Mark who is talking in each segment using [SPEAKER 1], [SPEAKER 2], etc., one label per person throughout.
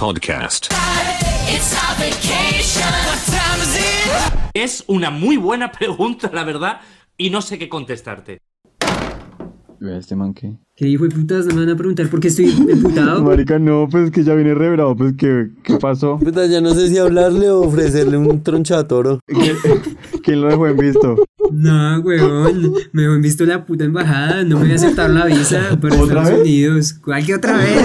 [SPEAKER 1] Podcast.
[SPEAKER 2] Es una muy buena pregunta, la verdad, y no sé qué contestarte.
[SPEAKER 3] Vea este man que.
[SPEAKER 4] ¿Qué hijo de putas? No me van a preguntar por qué estoy emputado.
[SPEAKER 3] Marica, no, pues que ya viene rebrado, pues que ¿qué pasó?
[SPEAKER 5] Puta, ya no sé si hablarle o ofrecerle un tronchatoro.
[SPEAKER 3] ¿Quién lo dejó en visto?
[SPEAKER 4] No, huevón. Me han visto la puta embajada. No me voy a aceptar la visa para Estados
[SPEAKER 3] vez?
[SPEAKER 4] Unidos. ¿Cuál que otra vez?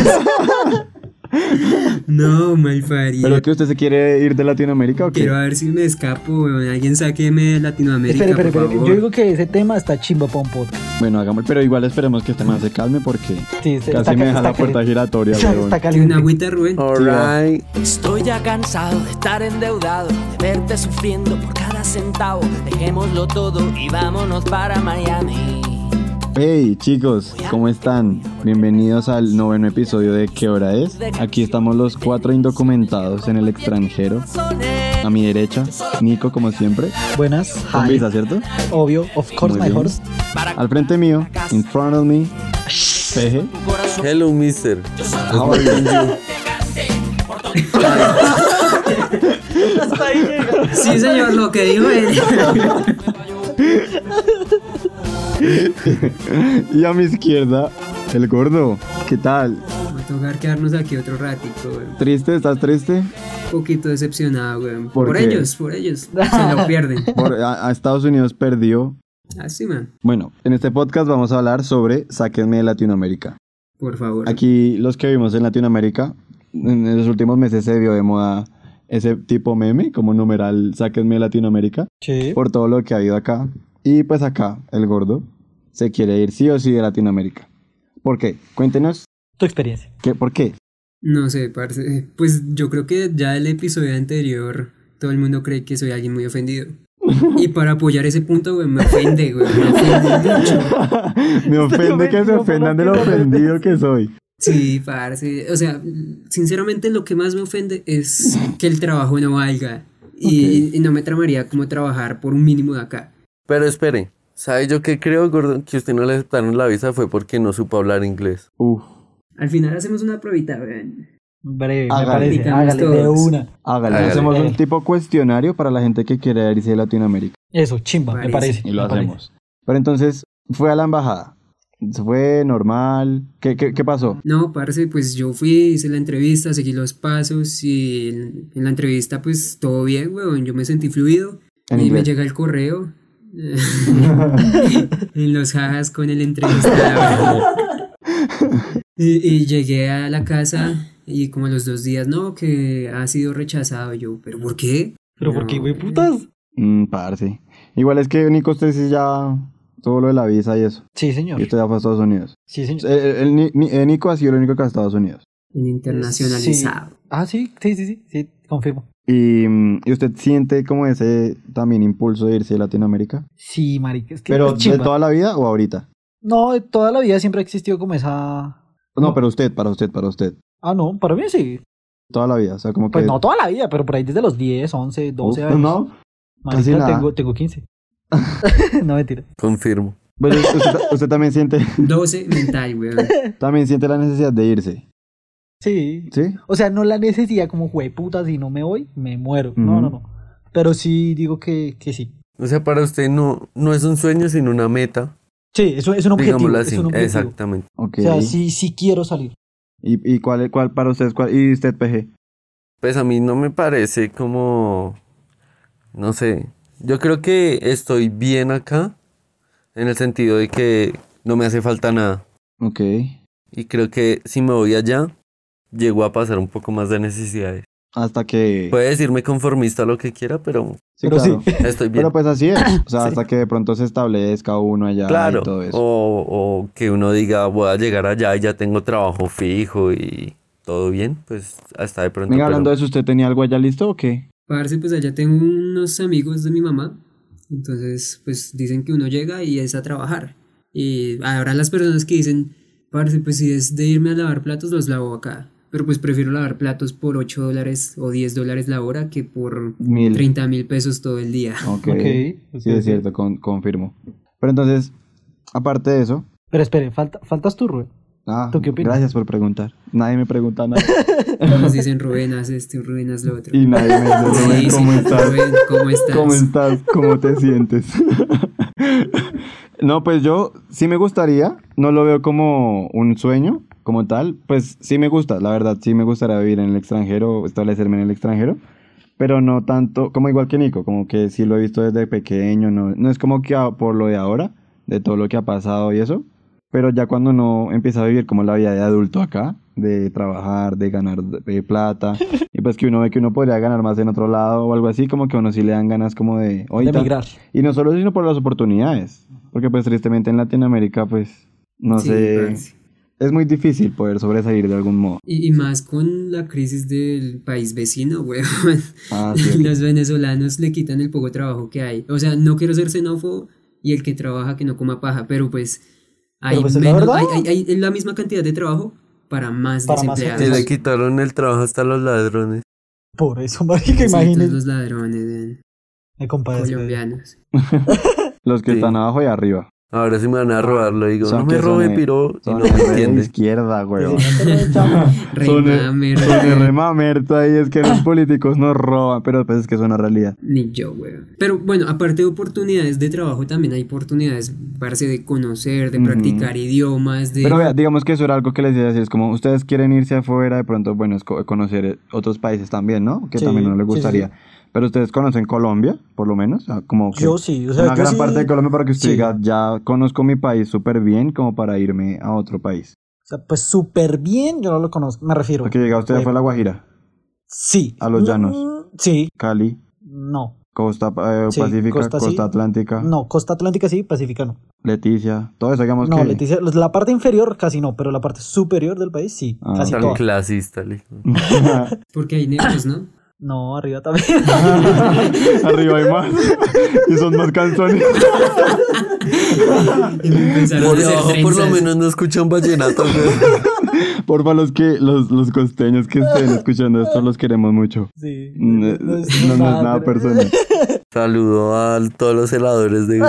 [SPEAKER 4] No, malparido.
[SPEAKER 3] ¿Pero que usted se quiere ir de Latinoamérica o qué?
[SPEAKER 4] Quiero ver si me escapo, weón. Alguien sáqueme de Latinoamérica,
[SPEAKER 6] Espera, espera,
[SPEAKER 4] por
[SPEAKER 6] espera.
[SPEAKER 4] favor.
[SPEAKER 6] Yo digo que ese tema está chimba para un podcast.
[SPEAKER 3] Bueno, hagamos, pero igual esperemos que este man se calme porque
[SPEAKER 6] Sí, está-
[SPEAKER 3] casi
[SPEAKER 6] está
[SPEAKER 3] me
[SPEAKER 6] cal-
[SPEAKER 3] deja
[SPEAKER 6] está
[SPEAKER 3] la puerta
[SPEAKER 6] caliente.
[SPEAKER 3] giratoria, weón.
[SPEAKER 6] Está
[SPEAKER 4] Hay
[SPEAKER 6] caliente.
[SPEAKER 4] una agüita, Rubén.
[SPEAKER 5] Alright.
[SPEAKER 7] Estoy ya cansado de estar endeudado, de verte sufriendo por cada centavo. Dejémoslo todo y vámonos para Miami.
[SPEAKER 3] Hey chicos, ¿cómo están? Bienvenidos al noveno episodio de ¿Qué hora es? Aquí estamos los cuatro indocumentados en el extranjero. A mi derecha, Nico como siempre,
[SPEAKER 6] Buenas.
[SPEAKER 3] con
[SPEAKER 6] Hi.
[SPEAKER 3] visa, ¿cierto?
[SPEAKER 6] Obvio. Of course,
[SPEAKER 3] Muy
[SPEAKER 6] my
[SPEAKER 3] bien.
[SPEAKER 6] horse.
[SPEAKER 3] Al frente mío, in front of me, Peje.
[SPEAKER 5] Hello, mister.
[SPEAKER 3] How are you?
[SPEAKER 6] Ah.
[SPEAKER 4] Sí, señor, lo que dijo él.
[SPEAKER 3] Y a mi izquierda, el gordo. ¿Qué tal?
[SPEAKER 4] Va a tocar quedarnos aquí otro ratito, weón.
[SPEAKER 3] ¿Triste? ¿Estás triste?
[SPEAKER 4] Un poquito decepcionado, weón.
[SPEAKER 3] ¿Por
[SPEAKER 4] Por,
[SPEAKER 3] qué?
[SPEAKER 4] ellos, por ellos. Se lo pierden.
[SPEAKER 3] Por- a- a Estados Unidos perdió.
[SPEAKER 4] Así, man.
[SPEAKER 3] Bueno, en este podcast vamos a hablar sobre Sáquenme de Latinoamérica.
[SPEAKER 4] Por favor.
[SPEAKER 3] Aquí los que vivimos en Latinoamérica, en los últimos meses se vio de moda ese tipo meme, como numeral sáquenme de Latinoamérica,
[SPEAKER 6] Sí.
[SPEAKER 3] por todo lo que ha habido acá. Y pues acá, el gordo, se quiere ir sí o sí de Latinoamérica. ¿Por qué? Cuéntenos,
[SPEAKER 6] Tu experiencia.
[SPEAKER 3] ¿qué, ¿por qué?
[SPEAKER 4] No sé, parce. Pues yo creo que ya el episodio anterior todo el mundo cree que soy alguien muy ofendido. Y para apoyar ese punto, güey, me ofende, güey. Me ofende mucho.
[SPEAKER 3] Me ofende que se
[SPEAKER 6] ofendido,
[SPEAKER 3] ofendan de
[SPEAKER 6] pero
[SPEAKER 3] lo
[SPEAKER 6] que Este no
[SPEAKER 3] ofendido que soy.
[SPEAKER 4] Sí, parce. O sea, sinceramente lo que más me ofende es que el trabajo no valga. Y, y no me tramaría como trabajar por un mínimo de acá.
[SPEAKER 5] Pero espere. ¿Sabe yo qué creo, Gordon? Que usted no le aceptaron la visa fue porque no supo hablar inglés.
[SPEAKER 3] Uf,
[SPEAKER 4] Al final hacemos una pruebita, weón.
[SPEAKER 6] Breve,
[SPEAKER 3] Hágale.
[SPEAKER 6] me parece.
[SPEAKER 4] Digamos
[SPEAKER 6] Hágale de
[SPEAKER 4] todos.
[SPEAKER 6] una.
[SPEAKER 3] hágale.
[SPEAKER 5] Hágale.
[SPEAKER 3] Hacemos un
[SPEAKER 6] Hágale.
[SPEAKER 3] tipo cuestionario para la gente que quiere irse de Latinoamérica.
[SPEAKER 6] Eso, chimba, me
[SPEAKER 4] Parece.
[SPEAKER 6] parece.
[SPEAKER 3] Y lo
[SPEAKER 6] me parece.
[SPEAKER 3] hacemos. Pero entonces, fue a la embajada. Fue normal. ¿Qué, qué, qué pasó?
[SPEAKER 4] No, parce, pues yo fui, hice la entrevista, seguí los pasos y en, en la entrevista pues todo bien, weón. Yo me sentí fluido.
[SPEAKER 3] En
[SPEAKER 4] y me
[SPEAKER 3] inglés.
[SPEAKER 4] llega el correo. en los jajas con el entrevistador. y, y llegué a la casa y como a los dos días, no, que ha sido rechazado yo. ¿Pero por qué?
[SPEAKER 6] Pero ¿por qué,
[SPEAKER 4] No,
[SPEAKER 6] güey, putas?
[SPEAKER 3] Mm, parce. Igual es que Nico, usted sí ya todo lo de la visa y eso.
[SPEAKER 6] Sí, señor.
[SPEAKER 3] Y usted ya fue a Estados Unidos.
[SPEAKER 6] Sí, señor.
[SPEAKER 3] Eh, el Ni- Ni- eh, Nico ha sido el único que ha estado a Estados Unidos.
[SPEAKER 4] El internacionalizado.
[SPEAKER 6] Ah, sí, sí, sí, sí, sí, confirmo.
[SPEAKER 3] Y, mm, y usted siente como ese también impulso de irse de Latinoamérica.
[SPEAKER 6] Sí, marica, es que
[SPEAKER 3] Pero
[SPEAKER 6] es
[SPEAKER 3] de
[SPEAKER 6] chimba.
[SPEAKER 3] toda la vida o ahorita?
[SPEAKER 6] No, de toda la vida siempre ha existido como esa...
[SPEAKER 3] No,
[SPEAKER 6] No.
[SPEAKER 3] pero usted, para usted, para usted.
[SPEAKER 6] Ah, no, para mí sí.
[SPEAKER 3] Toda la vida. O sea, como
[SPEAKER 6] Pues
[SPEAKER 3] que.
[SPEAKER 6] no toda la vida, pero por ahí desde los 10, 11, 12
[SPEAKER 3] Eh. Uf,
[SPEAKER 6] años.
[SPEAKER 3] No.
[SPEAKER 6] Marica,
[SPEAKER 3] casi nada.
[SPEAKER 6] Tengo, tengo 15. no, mentira.
[SPEAKER 5] Confirmo.
[SPEAKER 3] Pues usted, usted también siente,
[SPEAKER 4] 12 mental, weón.
[SPEAKER 3] también siente la necesidad de irse.
[SPEAKER 6] Sí.
[SPEAKER 3] ¿Sí?
[SPEAKER 6] O sea, no la necesidad como, jueputa, si no me voy, me muero.
[SPEAKER 3] Ujú.
[SPEAKER 6] No, no, no. Pero sí digo que, que sí.
[SPEAKER 5] O sea, para usted no, no es un sueño, sino una meta.
[SPEAKER 6] Sí, es un, es un objetivo.
[SPEAKER 5] digámoslo
[SPEAKER 6] Es
[SPEAKER 5] así.
[SPEAKER 6] un objetivo.
[SPEAKER 5] Exactamente.
[SPEAKER 3] Ok.
[SPEAKER 6] O sea, sí, sí quiero salir.
[SPEAKER 3] ¿Y, y cuál, cuál para ustedes? Cuál, ¿Y usted, PG?
[SPEAKER 5] Pues a mí no me parece como. No sé. Yo creo que estoy bien acá. En el sentido de que no me hace falta nada.
[SPEAKER 3] Ok.
[SPEAKER 5] Y creo que si me voy allá, llego a pasar un poco más de necesidades.
[SPEAKER 3] Hasta que.
[SPEAKER 5] Puede decirme conformista lo que quiera, Pues, pero
[SPEAKER 3] sí,
[SPEAKER 6] pero sí.
[SPEAKER 3] claro.
[SPEAKER 5] estoy bien.
[SPEAKER 3] Pero pues así es. O sea, hasta que de pronto se establezca uno allá
[SPEAKER 5] claro. Oh,
[SPEAKER 3] y todo eso.
[SPEAKER 5] O, o que uno diga, voy a llegar allá y ya tengo trabajo fijo y todo bien, pues hasta de pronto.
[SPEAKER 3] Venga,
[SPEAKER 5] pero-
[SPEAKER 3] hablando de eso, ¿usted tenía algo allá listo o qué?
[SPEAKER 4] Parce, pues allá tengo unos amigos de mi mamá. Entonces, pues dicen que uno llega y es a trabajar. Y habrá las personas que dicen, parce, pues si es de irme a lavar platos, los lavo acá. Pero pues prefiero lavar platos por 8 dólares o 10 dólares la hora que por
[SPEAKER 3] Mil. Oh.
[SPEAKER 4] 30 mil pesos todo el día.
[SPEAKER 3] Ok.
[SPEAKER 6] Ok,
[SPEAKER 3] Sí,
[SPEAKER 6] ok,
[SPEAKER 3] es cierto, con- confirmo. Pero entonces, aparte de eso,
[SPEAKER 6] Pero espere, falta, faltas tú, Rubén.
[SPEAKER 3] Ah,
[SPEAKER 6] ¿Tú qué opinas?
[SPEAKER 3] gracias por preguntar. Nadie me pregunta nada.
[SPEAKER 4] Nos dicen Rubén, haz esto, Rubén, haz lo otro.
[SPEAKER 3] Y nadie me dice, Rubén,
[SPEAKER 4] Sí, sí,
[SPEAKER 3] ¿cómo estás?
[SPEAKER 4] Rubén, ¿cómo estás?
[SPEAKER 3] ¿Cómo estás? ¿Cómo te sientes? no, pues yo sí me gustaría, no lo veo como un sueño, como tal, pues sí me gusta, la verdad, sí me gustaría vivir en el extranjero, establecerme en el extranjero, pero no tanto, como igual que Nico, como que sí lo he visto desde pequeño, no, no es como que a- por lo de ahora, de todo lo que ha pasado y eso, pero ya cuando uno empieza a vivir como la vida de adulto acá, de trabajar, de ganar eh, plata, y pues que uno ve que uno podría ganar más en otro lado o algo así, como que a uno sí le dan ganas como de...
[SPEAKER 6] De
[SPEAKER 3] "Oiga,
[SPEAKER 6] emigrar.
[SPEAKER 3] y no solo eso, sino por las oportunidades. Porque pues tristemente en Latinoamérica, pues, no
[SPEAKER 4] Sí,
[SPEAKER 3] sé,
[SPEAKER 4] parce.
[SPEAKER 3] es muy difícil poder sobresalir de algún modo.
[SPEAKER 4] Y, y más con la crisis del país vecino, weón.
[SPEAKER 3] Ah, sí.
[SPEAKER 4] Los venezolanos le quitan el poco trabajo que hay. O sea, no quiero ser xenófobo y el que trabaja que no coma paja, pero pues hay,
[SPEAKER 6] Pero, pues, es la
[SPEAKER 4] menos,
[SPEAKER 6] verdad.
[SPEAKER 4] hay, hay- hay la misma cantidad de trabajo para más
[SPEAKER 6] Para más
[SPEAKER 4] desempleados.
[SPEAKER 5] Y
[SPEAKER 6] gente.
[SPEAKER 5] le quitaron el trabajo hasta a los ladrones.
[SPEAKER 6] Por eso, marica,
[SPEAKER 4] Exacto,
[SPEAKER 6] imagínense.
[SPEAKER 4] los ladrones weón,
[SPEAKER 6] Me compadezco.
[SPEAKER 4] colombianos.
[SPEAKER 3] Los que
[SPEAKER 5] Sí.
[SPEAKER 3] están abajo y arriba.
[SPEAKER 5] Ahora sí me van a robar, lo digo.
[SPEAKER 3] Ah, Son
[SPEAKER 5] No me
[SPEAKER 3] que
[SPEAKER 5] robe,
[SPEAKER 3] son, eh,
[SPEAKER 5] piro. Y
[SPEAKER 3] Son
[SPEAKER 5] no
[SPEAKER 3] de
[SPEAKER 5] me
[SPEAKER 3] re de
[SPEAKER 5] entiende.
[SPEAKER 3] izquierda, güey. Son el-
[SPEAKER 4] Remamer,
[SPEAKER 3] Son de
[SPEAKER 4] weón.
[SPEAKER 3] re mamerto ahí, es que los políticos nos roban, pero pues es que es una realidad.
[SPEAKER 4] Ni yo, weón. Pero bueno, aparte de oportunidades de trabajo, también hay oportunidades, parece, de conocer, de
[SPEAKER 3] Ujú.
[SPEAKER 4] practicar idiomas, de...
[SPEAKER 3] Pero vea, digamos que eso era algo que les iba a decir, es como ustedes quieren irse afuera, de pronto, bueno, es co- conocer eh, otros países también, ¿no? Que
[SPEAKER 6] Sí,
[SPEAKER 3] también no
[SPEAKER 6] sí,
[SPEAKER 3] les
[SPEAKER 6] sí,
[SPEAKER 3] gustaría.
[SPEAKER 6] sí.
[SPEAKER 3] Pero ustedes conocen Colombia, por lo menos, ah, como que
[SPEAKER 6] Yo sí, o sea,
[SPEAKER 3] una
[SPEAKER 6] yo
[SPEAKER 3] gran
[SPEAKER 6] sí-
[SPEAKER 3] parte de Colombia para que usted
[SPEAKER 6] sí.
[SPEAKER 3] diga, ya conozco mi país súper bien como para irme a otro país.
[SPEAKER 6] O sea, pues súper bien, yo no lo conozco, me refiero.
[SPEAKER 3] Porque llega usted
[SPEAKER 6] Güey,
[SPEAKER 3] fue a La Guajira,
[SPEAKER 6] Sí.
[SPEAKER 3] a los llanos.
[SPEAKER 6] Mm, Sí,
[SPEAKER 3] Cali,
[SPEAKER 6] no.
[SPEAKER 3] Costa eh,
[SPEAKER 6] Sí,
[SPEAKER 3] Pacífica, Costa,
[SPEAKER 6] Costa sí.
[SPEAKER 3] Atlántica,
[SPEAKER 6] No, costa atlántica sí, pacífica no.
[SPEAKER 3] Leticia, todo eso digamos
[SPEAKER 6] No,
[SPEAKER 3] que...
[SPEAKER 6] Leticia, los- la parte inferior casi no, pero la parte superior del país sí,
[SPEAKER 3] Ah.
[SPEAKER 6] casi
[SPEAKER 5] Tan
[SPEAKER 6] toda.
[SPEAKER 5] clasista, le digo.
[SPEAKER 4] Porque hay negros, ¿no?
[SPEAKER 6] No, arriba también.
[SPEAKER 3] Arriba hay más. y son más canciones.
[SPEAKER 4] Y me empezaron a
[SPEAKER 5] Por
[SPEAKER 4] hacer
[SPEAKER 5] debajo, por lo
[SPEAKER 4] trenzas.
[SPEAKER 5] menos no escuchan vallenato, güey.
[SPEAKER 3] Porfa, los que los, los costeños que estén escuchando esto los queremos mucho.
[SPEAKER 6] Sí.
[SPEAKER 3] Mm, eh, No, no es nada
[SPEAKER 6] pero-
[SPEAKER 3] personal.
[SPEAKER 5] Saludo a todos los heladores de.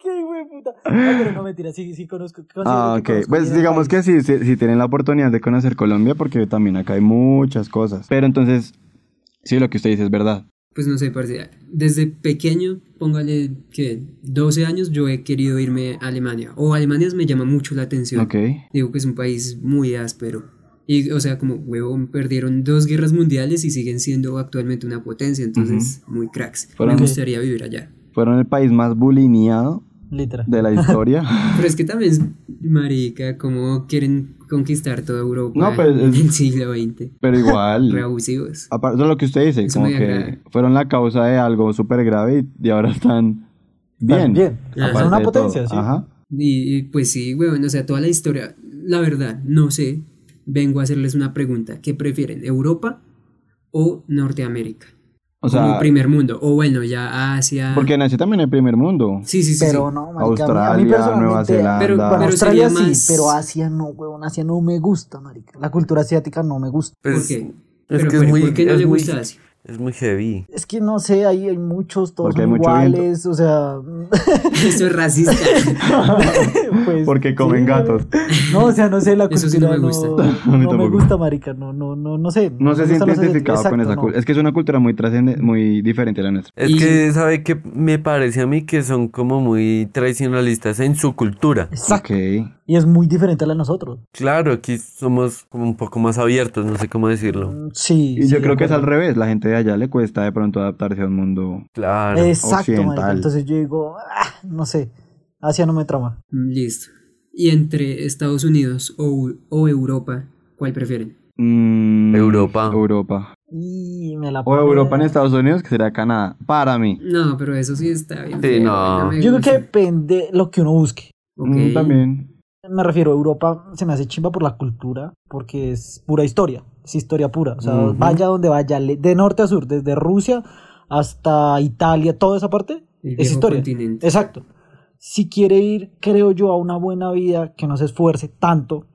[SPEAKER 6] Qué güey, puta. No, pero no mentira, sí, sí conozco. considero
[SPEAKER 3] Ah,
[SPEAKER 6] que
[SPEAKER 3] ok.
[SPEAKER 6] conozco
[SPEAKER 3] Pues
[SPEAKER 6] bien el
[SPEAKER 3] digamos que
[SPEAKER 6] país.
[SPEAKER 3] sí, sí, sí tienen la oportunidad de conocer Colombia porque también acá hay muchas cosas. Pero entonces, sí, lo que usted dice es verdad.
[SPEAKER 4] Pues no sé, parce, desde pequeño, póngale que 12 años yo he querido irme a Alemania. O Alemania me llama mucho la atención.
[SPEAKER 3] Ok.
[SPEAKER 4] Digo que es un país muy áspero. Y, o sea, como huevón, perdieron dos guerras mundiales y siguen siendo actualmente una potencia. Entonces, muy cracks.
[SPEAKER 3] Fueron-
[SPEAKER 4] Me gustaría vivir allá.
[SPEAKER 3] Fueron el país más bulineado
[SPEAKER 6] Literal.
[SPEAKER 3] de la historia.
[SPEAKER 4] Pero es que también, es marica, como quieren conquistar toda Europa
[SPEAKER 3] No, pero es-
[SPEAKER 4] en el siglo XX.
[SPEAKER 3] pero
[SPEAKER 4] Re
[SPEAKER 3] igual.
[SPEAKER 4] abusivos.
[SPEAKER 3] Aparte de lo que usted dice,
[SPEAKER 4] Eso
[SPEAKER 3] como
[SPEAKER 4] me
[SPEAKER 3] que
[SPEAKER 4] agrada.
[SPEAKER 3] fueron la causa de algo súper grave y, y ahora están bien.
[SPEAKER 6] Están bien.
[SPEAKER 4] Ajá.
[SPEAKER 3] Aparte
[SPEAKER 4] Son
[SPEAKER 6] una
[SPEAKER 3] de todo.
[SPEAKER 6] potencia, sí.
[SPEAKER 3] Ajá.
[SPEAKER 4] Y, y, pues sí, weón, o sea, toda la historia, la verdad, no sé, vengo a hacerles una pregunta, ¿qué prefieren, Europa o Norteamérica?
[SPEAKER 3] O
[SPEAKER 4] Como
[SPEAKER 3] sea,
[SPEAKER 4] primer mundo, o bueno, ya Asia.
[SPEAKER 3] porque en Asia también hay primer mundo.
[SPEAKER 4] Sí, sí, sí.
[SPEAKER 6] Pero
[SPEAKER 4] sí.
[SPEAKER 6] no, marica, a mí- a mí
[SPEAKER 3] Australia,
[SPEAKER 6] personalmente-
[SPEAKER 3] Nueva Zelanda.
[SPEAKER 4] Pero-
[SPEAKER 6] Bueno,
[SPEAKER 4] pero-
[SPEAKER 6] Australia
[SPEAKER 4] sería más-
[SPEAKER 6] sí, pero Asia no, weón. Asia no me gusta, marica. La cultura asiática no me gusta.
[SPEAKER 4] ¿Por
[SPEAKER 5] Pues,
[SPEAKER 4] qué?
[SPEAKER 5] es
[SPEAKER 4] Pero,
[SPEAKER 5] que
[SPEAKER 4] pero,
[SPEAKER 5] es muy.
[SPEAKER 4] ¿Por qué no
[SPEAKER 5] es
[SPEAKER 4] le
[SPEAKER 5] muy-
[SPEAKER 4] gusta Asia?
[SPEAKER 5] Es muy heavy.
[SPEAKER 6] Es que no sé, ahí hay muchos, todos
[SPEAKER 3] Porque hay
[SPEAKER 6] son
[SPEAKER 3] mucho
[SPEAKER 6] iguales, o sea.
[SPEAKER 4] Eso es racista.
[SPEAKER 6] pues,
[SPEAKER 3] Porque comen
[SPEAKER 6] sí,
[SPEAKER 3] gatos.
[SPEAKER 6] No, o sea, no sé, la
[SPEAKER 4] Eso
[SPEAKER 6] cultura
[SPEAKER 4] sí no me gusta.
[SPEAKER 6] No,
[SPEAKER 3] A mí
[SPEAKER 6] no me
[SPEAKER 3] tampoco.
[SPEAKER 6] gusta, marica. No, no, no, no sé.
[SPEAKER 3] No se siente
[SPEAKER 6] me gustan los asiáticos,
[SPEAKER 3] identificado con esa
[SPEAKER 6] exacto,
[SPEAKER 3] cultura. Es que es una cultura muy trascende- muy diferente a la nuestra.
[SPEAKER 5] Es
[SPEAKER 4] Y-
[SPEAKER 5] que, ¿sabe que Me parece a mí que son como muy tradicionalistas en su cultura.
[SPEAKER 6] no. Exacto.
[SPEAKER 3] Ok.
[SPEAKER 6] Y es muy diferente a la de nosotros.
[SPEAKER 5] Claro, aquí somos como un poco más abiertos, no sé cómo decirlo.
[SPEAKER 6] Mm, Sí.
[SPEAKER 3] Y
[SPEAKER 6] sí,
[SPEAKER 3] yo
[SPEAKER 6] de
[SPEAKER 3] creo que es al
[SPEAKER 6] acuerdo.
[SPEAKER 3] revés. La gente de allá le cuesta de pronto adaptarse a un mundo.
[SPEAKER 5] Claro.
[SPEAKER 6] Exacto, marica.
[SPEAKER 3] occidental.
[SPEAKER 6] Entonces yo digo, ah, no sé. Asia no me trama.
[SPEAKER 4] Listo. Y entre Estados Unidos o, o Europa, ¿cuál prefieren?
[SPEAKER 3] Mm,
[SPEAKER 5] Europa.
[SPEAKER 3] Europa.
[SPEAKER 6] Y me la
[SPEAKER 3] O
[SPEAKER 6] pone-
[SPEAKER 3] Europa en Estados Unidos, que sería Canadá. Para mí.
[SPEAKER 4] No, pero eso sí está bien.
[SPEAKER 5] Sí,
[SPEAKER 4] feo,
[SPEAKER 5] no.
[SPEAKER 4] me
[SPEAKER 6] Yo creo que
[SPEAKER 4] gusta.
[SPEAKER 6] depende lo que uno busque.
[SPEAKER 4] Ok.
[SPEAKER 3] Mm, también.
[SPEAKER 6] Me refiero a Europa, se me hace chimba por la cultura, porque es pura historia, es historia pura. O sea,
[SPEAKER 5] Ujú.
[SPEAKER 6] vaya donde vaya, le- de norte a sur, desde Rusia hasta Italia, toda esa parte
[SPEAKER 4] El
[SPEAKER 6] es
[SPEAKER 4] viejo
[SPEAKER 6] historia.
[SPEAKER 4] continente.
[SPEAKER 6] Exacto. Si quiere ir, creo yo, a una buena vida que no se esfuerce tanto,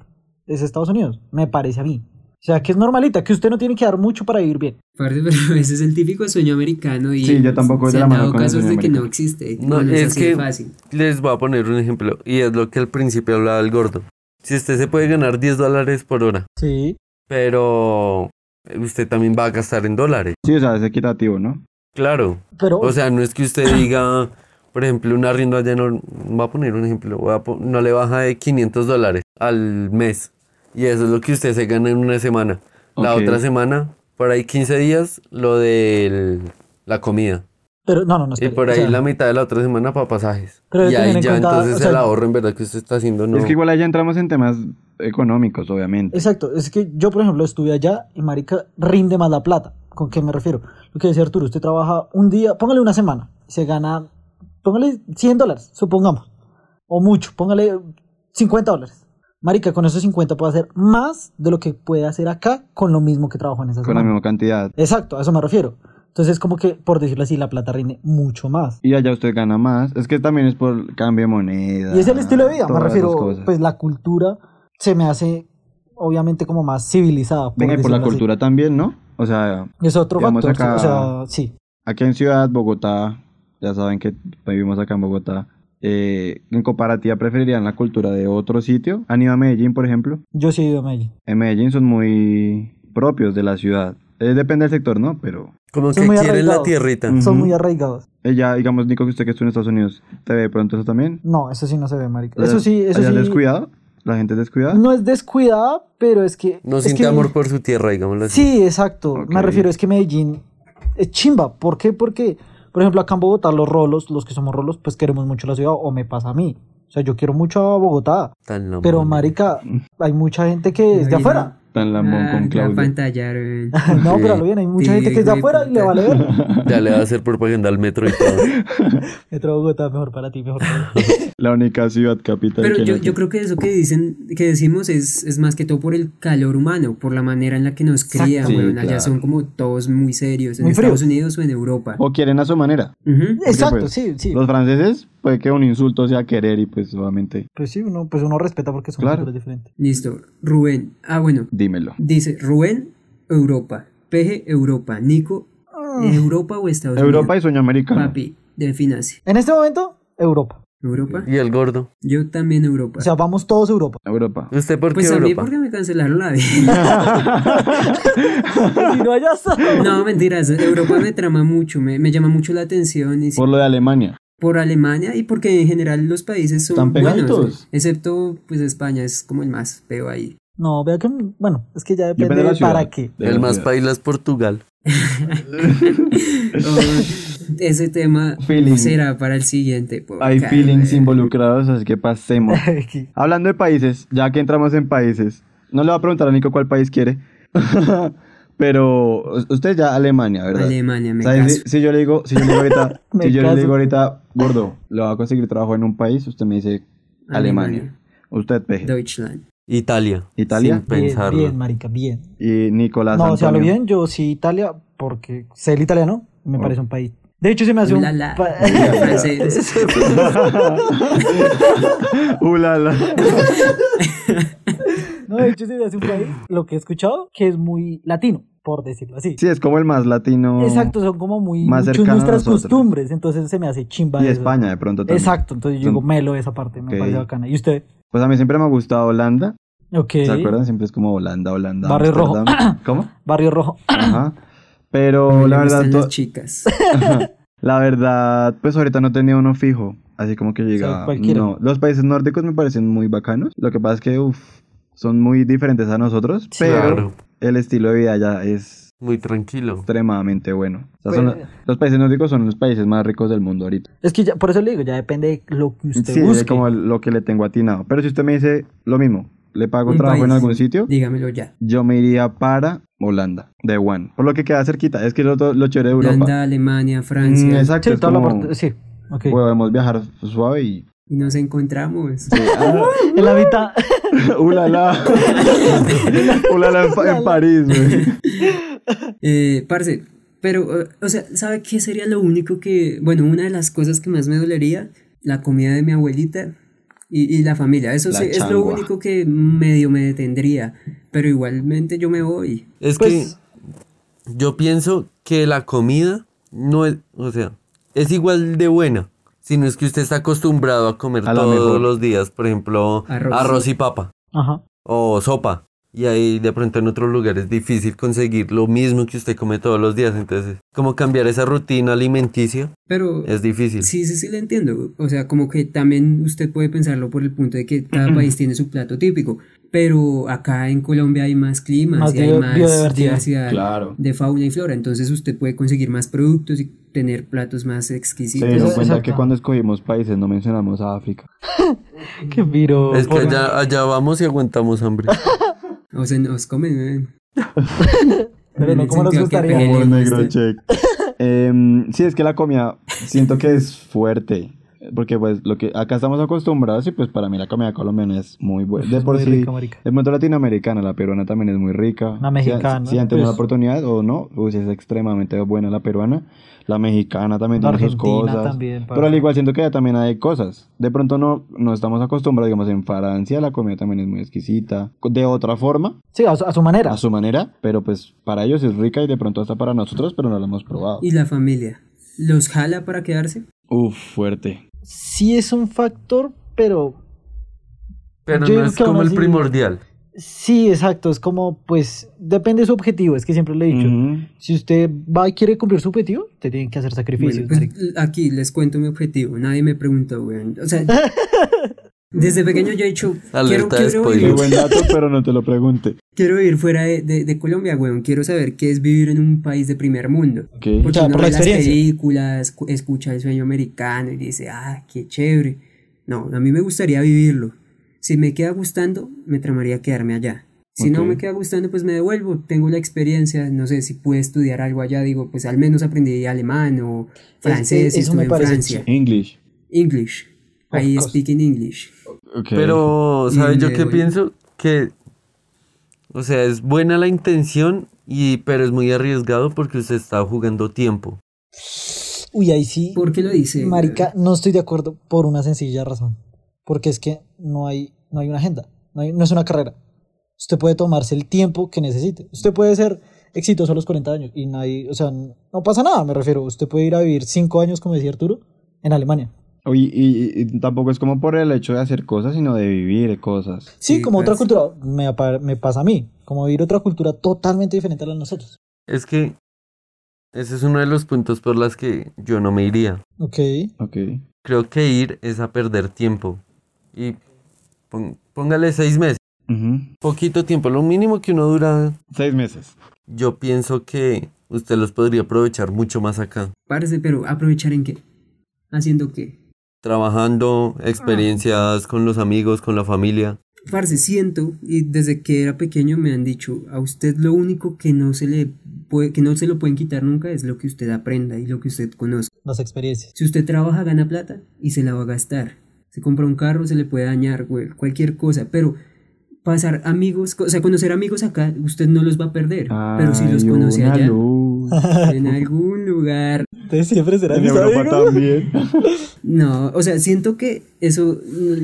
[SPEAKER 6] es Estados Unidos, me parece a mí. O sea, que es normalita, que usted no tiene que dar mucho para vivir bien.
[SPEAKER 4] Parce, pero ese es el típico sueño americano y
[SPEAKER 3] Sí, yo tampoco
[SPEAKER 4] se
[SPEAKER 3] de la
[SPEAKER 4] han
[SPEAKER 3] mano
[SPEAKER 4] dado
[SPEAKER 3] con el
[SPEAKER 4] casos
[SPEAKER 3] sueño
[SPEAKER 4] de que no
[SPEAKER 3] americano.
[SPEAKER 4] existe.
[SPEAKER 5] No,
[SPEAKER 4] No,
[SPEAKER 5] es
[SPEAKER 4] es así de
[SPEAKER 5] que-
[SPEAKER 4] fácil.
[SPEAKER 5] Les voy a poner un ejemplo, y es lo que al principio hablaba el gordo. Si usted se puede ganar 10 dólares por hora,
[SPEAKER 6] Sí.
[SPEAKER 5] pero usted también va a gastar en dólares.
[SPEAKER 3] Sí, o sea, es equitativo, ¿no?
[SPEAKER 5] Claro.
[SPEAKER 6] Pero,
[SPEAKER 5] O sea, no es que usted diga, por ejemplo, un arriendo allá, no, voy a poner un ejemplo, voy a po- no le baja de 500 dólares al mes. Y eso es lo que usted se gana en una semana. La
[SPEAKER 3] Ok.
[SPEAKER 5] otra semana, por ahí 15 días, lo de la comida.
[SPEAKER 6] pero no, no, no.
[SPEAKER 5] Y
[SPEAKER 6] espere,
[SPEAKER 5] por
[SPEAKER 6] o
[SPEAKER 5] ahí
[SPEAKER 6] sea,
[SPEAKER 5] la mitad de la otra semana para pasajes.
[SPEAKER 6] Pero hay
[SPEAKER 5] y
[SPEAKER 6] que
[SPEAKER 5] ahí
[SPEAKER 6] tener en
[SPEAKER 5] ya
[SPEAKER 6] cuenta,
[SPEAKER 5] entonces
[SPEAKER 6] o sea,
[SPEAKER 5] el ahorro en verdad que usted está haciendo no.
[SPEAKER 3] Es que igual allá entramos en temas económicos, obviamente.
[SPEAKER 6] Exacto, es que yo, por ejemplo, estuve allá y marica rinde más la plata. ¿Con qué me refiero? Lo que decía Arturo, usted trabaja un día, póngale una semana, se gana, póngale 100 dólares, supongamos, o mucho, póngale 50 dólares. Marica, con esos 50 puede hacer más de lo que puede hacer acá con lo mismo que trabajó en esa
[SPEAKER 3] Con la
[SPEAKER 6] semana.
[SPEAKER 3] misma cantidad.
[SPEAKER 6] Exacto, a eso me refiero. Entonces, como que, por decirlo así, la plata rinde mucho más.
[SPEAKER 3] Y allá usted gana más. Es que también es por cambio de moneda.
[SPEAKER 6] Y es el estilo de vida, me
[SPEAKER 3] todas esas
[SPEAKER 6] refiero,
[SPEAKER 3] cosas.
[SPEAKER 6] pues la cultura se me hace, obviamente, como más civilizada.
[SPEAKER 3] Venga, y por la
[SPEAKER 6] decirlo así.
[SPEAKER 3] cultura también, ¿no? O sea,
[SPEAKER 6] Es otro
[SPEAKER 3] Digamos
[SPEAKER 6] factor.
[SPEAKER 3] acá-
[SPEAKER 6] O sea, sí.
[SPEAKER 3] aquí en Ciudad, Bogotá, ya saben que vivimos acá en Bogotá. eh, en comparativa, preferirían la cultura de otro sitio. Han ido a Medellín, por ejemplo.
[SPEAKER 6] Yo sí he ido a Medellín.
[SPEAKER 3] En Medellín son muy propios de la ciudad. Eh, depende del sector, ¿no? Pero
[SPEAKER 5] Como
[SPEAKER 6] Son
[SPEAKER 5] que
[SPEAKER 6] muy
[SPEAKER 5] quieren la
[SPEAKER 6] arraigados.
[SPEAKER 5] tierrita.
[SPEAKER 3] Mm.
[SPEAKER 6] Son
[SPEAKER 3] Ujú.
[SPEAKER 6] muy arraigados.
[SPEAKER 3] eh, ya, digamos, Nico, que usted que estuvo en Estados Unidos, ¿te ve de pronto eso también?
[SPEAKER 6] No, eso sí no se ve, marica.
[SPEAKER 3] Allá-
[SPEAKER 6] Eso sí, eso
[SPEAKER 3] allá
[SPEAKER 6] sí.
[SPEAKER 3] es descuidado? ¿La gente es descuidada?
[SPEAKER 6] No es descuidada, pero es que.
[SPEAKER 5] No
[SPEAKER 6] es
[SPEAKER 5] siente
[SPEAKER 6] que-
[SPEAKER 5] amor por su tierra, digámoslo así.
[SPEAKER 6] Sí, exacto.
[SPEAKER 3] Ok.
[SPEAKER 6] Me refiero, es que Medellín es chimba. ¿Por qué? Porque, por ejemplo, acá en Bogotá, los rolos, los que somos rolos, pues queremos mucho la ciudad, o me pasa a mí. O sea, yo quiero mucho a Bogotá.
[SPEAKER 5] Tan la
[SPEAKER 6] Pero,
[SPEAKER 5] madre.
[SPEAKER 6] marica, hay mucha gente que es
[SPEAKER 4] Oye,
[SPEAKER 6] de afuera.
[SPEAKER 3] Tan lambón
[SPEAKER 4] Ah,
[SPEAKER 3] con
[SPEAKER 4] La
[SPEAKER 3] Claudio.
[SPEAKER 4] pantallaron.
[SPEAKER 6] No, pero lo bien, hay mucha
[SPEAKER 4] Sí,
[SPEAKER 6] gente que es de
[SPEAKER 4] hijo de
[SPEAKER 6] afuera y le
[SPEAKER 4] puta.
[SPEAKER 6] vale ver.
[SPEAKER 5] Ya le va a hacer propaganda al metro y todo.
[SPEAKER 6] Metro Bogotá, mejor para ti, mejor para ti.
[SPEAKER 3] La única ciudad capital
[SPEAKER 4] Pero
[SPEAKER 3] que
[SPEAKER 4] yo,
[SPEAKER 3] no-
[SPEAKER 4] yo creo que eso que dicen, que decimos es, es más que todo por el calor humano, por la manera en la que nos crían,
[SPEAKER 3] Sí,
[SPEAKER 4] weón. Allá
[SPEAKER 3] claro.
[SPEAKER 4] son como todos muy serios, en
[SPEAKER 6] Muy
[SPEAKER 4] Estados
[SPEAKER 6] fríos.
[SPEAKER 4] Unidos o en Europa.
[SPEAKER 3] O quieren a su manera.
[SPEAKER 4] Ujú.
[SPEAKER 3] Porque,
[SPEAKER 6] Exacto,
[SPEAKER 3] pues,
[SPEAKER 6] sí, sí.
[SPEAKER 3] Los franceses, puede que un insulto sea querer y pues obviamente,
[SPEAKER 6] Pues sí, uno, pues uno respeta porque son
[SPEAKER 3] Claro.
[SPEAKER 6] culturas diferentes.
[SPEAKER 4] Listo. Rubén. Ah, bueno.
[SPEAKER 3] dímelo.
[SPEAKER 4] Dice Rubén, Europa. Peje, Europa. Nico, Europa o Estados
[SPEAKER 3] Ah. Europa y
[SPEAKER 4] Unidos.
[SPEAKER 3] sueño americano.
[SPEAKER 4] Papi, definase.
[SPEAKER 6] En este momento, Europa.
[SPEAKER 4] ¿Europa?
[SPEAKER 5] Y el gordo.
[SPEAKER 4] Yo también Europa.
[SPEAKER 6] O sea, vamos todos a Europa.
[SPEAKER 3] Europa.
[SPEAKER 5] ¿Usted por qué
[SPEAKER 4] pues a mí
[SPEAKER 5] Europa?
[SPEAKER 4] porque me cancelaron la vida.
[SPEAKER 6] si no, allá está.
[SPEAKER 4] No, mentiras. Europa me trama mucho, me, me llama mucho la atención. Y sí,
[SPEAKER 3] Por lo de Alemania.
[SPEAKER 4] por Alemania y porque en general los países son
[SPEAKER 3] Están pegaditos.
[SPEAKER 4] buenos, excepto pues España es como el más feo ahí.
[SPEAKER 6] No, vea que, bueno, es que ya depende,
[SPEAKER 3] Depende de la
[SPEAKER 6] de
[SPEAKER 3] ciudad.
[SPEAKER 6] para qué.
[SPEAKER 3] De
[SPEAKER 5] el
[SPEAKER 3] la
[SPEAKER 5] más
[SPEAKER 3] ciudad.
[SPEAKER 5] paila es Portugal.
[SPEAKER 4] Oh, ese tema
[SPEAKER 3] Feeling.
[SPEAKER 4] será para el siguiente.
[SPEAKER 3] Hay
[SPEAKER 4] podcast,
[SPEAKER 3] feelings
[SPEAKER 4] weón.
[SPEAKER 3] involucrados, así que pasemos.
[SPEAKER 6] Aquí.
[SPEAKER 3] Hablando de países, ya que entramos en países, no le voy a preguntar a Nico cuál país quiere, pero usted ya Alemania, ¿verdad?
[SPEAKER 4] Alemania, me
[SPEAKER 3] O sea,
[SPEAKER 4] caso.
[SPEAKER 3] si, si yo le digo, si yo le digo ahorita,
[SPEAKER 6] Me
[SPEAKER 3] si yo le
[SPEAKER 6] caso.
[SPEAKER 3] digo ahorita, gordo, le va a conseguir trabajo en un país, usted me dice Alemania.
[SPEAKER 4] Alemania.
[SPEAKER 3] Usted peje.
[SPEAKER 4] Deutschland.
[SPEAKER 5] Italia.
[SPEAKER 3] Italia.
[SPEAKER 5] Sin
[SPEAKER 6] Bien,
[SPEAKER 5] pensarlo.
[SPEAKER 6] bien, marica, bien.
[SPEAKER 3] Y Nicolás.
[SPEAKER 6] No, o sea, lo
[SPEAKER 3] Antonio.
[SPEAKER 6] bien, yo sí Italia, porque sé el italiano, me
[SPEAKER 3] Oh.
[SPEAKER 6] parece un país. De hecho, se me hace un...
[SPEAKER 4] La, la.
[SPEAKER 6] pa-
[SPEAKER 4] Francés.
[SPEAKER 3] Ulala.
[SPEAKER 6] no, de hecho, se me hace un país, lo que he escuchado, que es muy latino, por decirlo así.
[SPEAKER 3] Sí, es como el más latino.
[SPEAKER 6] Exacto, son como muy
[SPEAKER 3] Más
[SPEAKER 6] mucho
[SPEAKER 3] cercano a
[SPEAKER 6] nuestras
[SPEAKER 3] nosotros.
[SPEAKER 6] costumbres, entonces se me hace chimba.
[SPEAKER 3] Y
[SPEAKER 6] eso.
[SPEAKER 3] España de pronto también.
[SPEAKER 6] Exacto, entonces yo digo
[SPEAKER 3] Son-
[SPEAKER 6] melo esa parte, me
[SPEAKER 3] Ok.
[SPEAKER 6] parece bacana. ¿Y usted?
[SPEAKER 3] Pues a mí siempre me ha gustado Holanda.
[SPEAKER 6] Ok.
[SPEAKER 3] ¿Se acuerdan? Siempre es como Holanda, Holanda.
[SPEAKER 6] Barrio Rojo.
[SPEAKER 3] Amsterdam. ¿Cómo?
[SPEAKER 6] Barrio Rojo.
[SPEAKER 3] Ajá.
[SPEAKER 4] Me
[SPEAKER 3] Pero la
[SPEAKER 4] gustan
[SPEAKER 3] verdad,
[SPEAKER 4] las
[SPEAKER 3] to-
[SPEAKER 4] chicas.
[SPEAKER 3] la verdad, pues ahorita no tenía uno fijo. Así como que llega.
[SPEAKER 6] sea, cualquiera.
[SPEAKER 3] No, los países nórdicos me parecen muy bacanos. Lo que pasa es que, uff, son muy diferentes a nosotros. pero
[SPEAKER 5] Claro.
[SPEAKER 3] el estilo de vida allá es
[SPEAKER 5] Muy tranquilo.
[SPEAKER 3] extremadamente bueno. O sea, son
[SPEAKER 6] Pues-
[SPEAKER 3] los, los países nórdicos son los países más ricos del mundo ahorita.
[SPEAKER 6] Es que ya, por eso le digo, ya depende de lo que usted
[SPEAKER 3] Sí, es
[SPEAKER 6] busque.
[SPEAKER 3] como lo que le tengo atinado. Pero si usted me dice lo mismo, le pago
[SPEAKER 4] Un
[SPEAKER 3] trabajo en
[SPEAKER 4] país.
[SPEAKER 3] algún sitio,
[SPEAKER 4] Dígamelo ya.
[SPEAKER 3] yo me iría para Holanda, de One. Por lo que queda cerquita, es que lo, otro- lo chévere de Europa.
[SPEAKER 4] Holanda, Alemania,
[SPEAKER 3] Mm,
[SPEAKER 4] Francia.
[SPEAKER 3] exacto,
[SPEAKER 6] Sí,
[SPEAKER 3] es
[SPEAKER 6] toda la
[SPEAKER 3] como,
[SPEAKER 6] parte. Sí, ok.
[SPEAKER 3] podemos viajar suave y...
[SPEAKER 4] Y nos encontramos.
[SPEAKER 6] En la mitad.
[SPEAKER 3] ¡Ulala! ¡Ulala en, pa- en París, güey!
[SPEAKER 4] Eh, parce, pero, eh, o sea, ¿sabe qué sería lo único que, bueno, una de las cosas que más me dolería? La comida de mi abuelita y, y la familia. Eso
[SPEAKER 3] La
[SPEAKER 4] sí, es lo
[SPEAKER 3] changua.
[SPEAKER 4] único que medio me detendría, pero igualmente yo me voy.
[SPEAKER 5] Es
[SPEAKER 6] Pues-
[SPEAKER 5] que yo pienso que la comida no es, o sea, es igual de buena, sino es que usted está acostumbrado a comer
[SPEAKER 3] A la
[SPEAKER 5] todos
[SPEAKER 3] mejor.
[SPEAKER 5] los días, por ejemplo,
[SPEAKER 4] Arroz.
[SPEAKER 5] arroz, y papa.
[SPEAKER 6] Ajá.
[SPEAKER 5] o sopa. Y ahí de pronto en otro lugar es difícil conseguir lo mismo que usted come todos los días. Entonces, como cambiar esa rutina alimenticia
[SPEAKER 4] Pero
[SPEAKER 5] es difícil.
[SPEAKER 4] sí, sí, sí, le entiendo. O sea, como que también usted puede pensarlo por el punto de que cada país tiene su plato típico. Pero acá en Colombia hay más climas
[SPEAKER 6] Más
[SPEAKER 4] y hay
[SPEAKER 6] bio-
[SPEAKER 4] más
[SPEAKER 6] biodiversidad.
[SPEAKER 4] diversidad
[SPEAKER 3] Claro.
[SPEAKER 4] de fauna y flora. Entonces usted puede conseguir más productos y tener platos más
[SPEAKER 3] Se
[SPEAKER 4] exquisitos.
[SPEAKER 3] dieron
[SPEAKER 6] entonces-
[SPEAKER 3] cuenta que
[SPEAKER 6] exacto.
[SPEAKER 3] cuando escogimos países no mencionamos a África.
[SPEAKER 6] Qué piro.
[SPEAKER 5] Es que
[SPEAKER 6] porra.
[SPEAKER 5] allá, allá vamos y aguantamos hambre.
[SPEAKER 4] O sea, nos comen. ¿eh?
[SPEAKER 6] Pero no
[SPEAKER 4] En el
[SPEAKER 6] como nos
[SPEAKER 4] sentido que este,
[SPEAKER 6] gustaría.
[SPEAKER 4] pelean y
[SPEAKER 3] Humor
[SPEAKER 4] no
[SPEAKER 3] negro
[SPEAKER 4] estén-
[SPEAKER 3] check. Em, sí, es que la comida siento que es fuerte. Porque pues lo que acá estamos acostumbrados y pues para mí la comida colombiana es muy buena. De
[SPEAKER 6] Es
[SPEAKER 3] por
[SPEAKER 6] muy
[SPEAKER 3] sí,
[SPEAKER 6] rica, marica.
[SPEAKER 3] de pronto latinoamericana, la peruana también es muy rica.
[SPEAKER 6] La mexicana,
[SPEAKER 3] Si, si han tenido la
[SPEAKER 6] pues.
[SPEAKER 3] oportunidad o no, pues es extremadamente buena la peruana. La mexicana también
[SPEAKER 6] La
[SPEAKER 3] tiene sus
[SPEAKER 6] argentina
[SPEAKER 3] cosas.
[SPEAKER 6] también, parce.
[SPEAKER 3] pero al igual siento que allá también hay cosas. De pronto no, no estamos acostumbrados, digamos, en Francia la comida también es muy exquisita. De otra forma,
[SPEAKER 6] Sí, a su, a su manera.
[SPEAKER 3] a su manera, pero pues para ellos es rica y de pronto hasta para nosotros, pero no la hemos probado.
[SPEAKER 4] Y la familia. ¿Los jala para quedarse?
[SPEAKER 3] Uf, fuerte.
[SPEAKER 6] Sí es un factor, pero
[SPEAKER 5] Pero no
[SPEAKER 6] Yo digo
[SPEAKER 5] es
[SPEAKER 6] que aún
[SPEAKER 5] como el
[SPEAKER 6] así-
[SPEAKER 5] primordial.
[SPEAKER 6] sí, exacto. Es como, pues, depende de su objetivo. Es que siempre le he dicho. Si usted va y quiere cumplir su objetivo, usted tiene que hacer sacrificios.
[SPEAKER 4] Bueno, pues,
[SPEAKER 6] marica.
[SPEAKER 4] l- aquí les cuento mi objetivo. Nadie me preguntó, weón. O sea, desde pequeño yo he dicho, quiero,
[SPEAKER 5] Alerta de
[SPEAKER 4] quiero
[SPEAKER 5] spoiler.
[SPEAKER 3] Qué
[SPEAKER 4] vivir,
[SPEAKER 3] buen dato, pero no te lo pregunte.
[SPEAKER 4] quiero vivir fuera de, de- de Colombia, weón. Quiero saber qué es vivir en un país de primer mundo.
[SPEAKER 3] Ok.
[SPEAKER 4] Porque
[SPEAKER 6] O sea,
[SPEAKER 4] uno
[SPEAKER 6] por
[SPEAKER 4] ve
[SPEAKER 6] la
[SPEAKER 4] las
[SPEAKER 6] experiencia.
[SPEAKER 4] películas, cu- escucha el sueño americano y dice, ah, qué chévere. No, a mí me gustaría vivirlo. Si me queda gustando, me tramaría quedarme allá. Si no
[SPEAKER 3] Ok.
[SPEAKER 4] me queda gustando, pues me devuelvo. Tengo la experiencia, no sé si pude estudiar algo allá. Digo, pues al menos aprendí alemán o francés.
[SPEAKER 6] eso
[SPEAKER 4] estuve
[SPEAKER 6] me
[SPEAKER 4] en
[SPEAKER 6] parece
[SPEAKER 4] Francia.
[SPEAKER 3] English.
[SPEAKER 4] English.
[SPEAKER 6] Of
[SPEAKER 4] I
[SPEAKER 6] course.
[SPEAKER 4] speak in English.
[SPEAKER 3] Ok.
[SPEAKER 5] Pero,
[SPEAKER 4] Y
[SPEAKER 5] ¿sabes yo
[SPEAKER 4] le
[SPEAKER 5] qué
[SPEAKER 4] doy.
[SPEAKER 5] pienso? Que, o sea, es buena la intención, y, pero es muy arriesgado porque usted está jugando tiempo.
[SPEAKER 6] Uy, ahí sí.
[SPEAKER 4] ¿Por qué lo dice?
[SPEAKER 6] Marica, no estoy de acuerdo por una sencilla razón. Porque es que no hay, no hay una agenda. No, hay- no es una carrera. Usted puede tomarse el tiempo que necesite. Usted puede ser exitoso a los 40 años y nadie, o sea, no pasa nada, me refiero. Usted puede ir a vivir 5 años, como decía Arturo, en Alemania.
[SPEAKER 3] Oye, y, y- y tampoco es como por el hecho de hacer cosas, sino de vivir cosas.
[SPEAKER 6] Sí,
[SPEAKER 4] Sí,
[SPEAKER 6] como otra
[SPEAKER 4] pues.
[SPEAKER 6] cultura, me, apa- me pasa a mí, como vivir otra cultura totalmente diferente a la de nosotros.
[SPEAKER 5] Es que ese es uno de los puntos por las que yo no me iría.
[SPEAKER 6] Ok,
[SPEAKER 3] Ok.
[SPEAKER 5] Creo que ir es a perder tiempo. Y pon- póngale seis meses.
[SPEAKER 3] Ujú.
[SPEAKER 5] Poquito tiempo, lo mínimo que uno dura.
[SPEAKER 3] Seis meses.
[SPEAKER 5] Yo pienso que usted los podría aprovechar mucho más acá.
[SPEAKER 4] Parce, pero aprovechar en qué? Haciendo qué?
[SPEAKER 5] Trabajando, experiencias con los amigos, con la familia.
[SPEAKER 4] Parce, siento y desde que era pequeño me han dicho, a usted lo único que no se le puede, que no se lo pueden quitar nunca es lo que usted aprenda y lo que usted conoce.
[SPEAKER 6] las experiencias.
[SPEAKER 4] Si usted trabaja, gana plata y se la va a gastar. Se compra un carro, se le puede dañar, güey, cualquier cosa, pero pasar amigos, co- o sea, conocer amigos acá, usted no los va a perder, pero si los
[SPEAKER 3] Ay,
[SPEAKER 4] conoce
[SPEAKER 3] una
[SPEAKER 4] allá,
[SPEAKER 3] luz.
[SPEAKER 4] en algún lugar,
[SPEAKER 6] Entonces siempre será
[SPEAKER 3] En
[SPEAKER 6] mis
[SPEAKER 3] Europa
[SPEAKER 6] amigos.
[SPEAKER 3] también.
[SPEAKER 4] No, o sea, siento que eso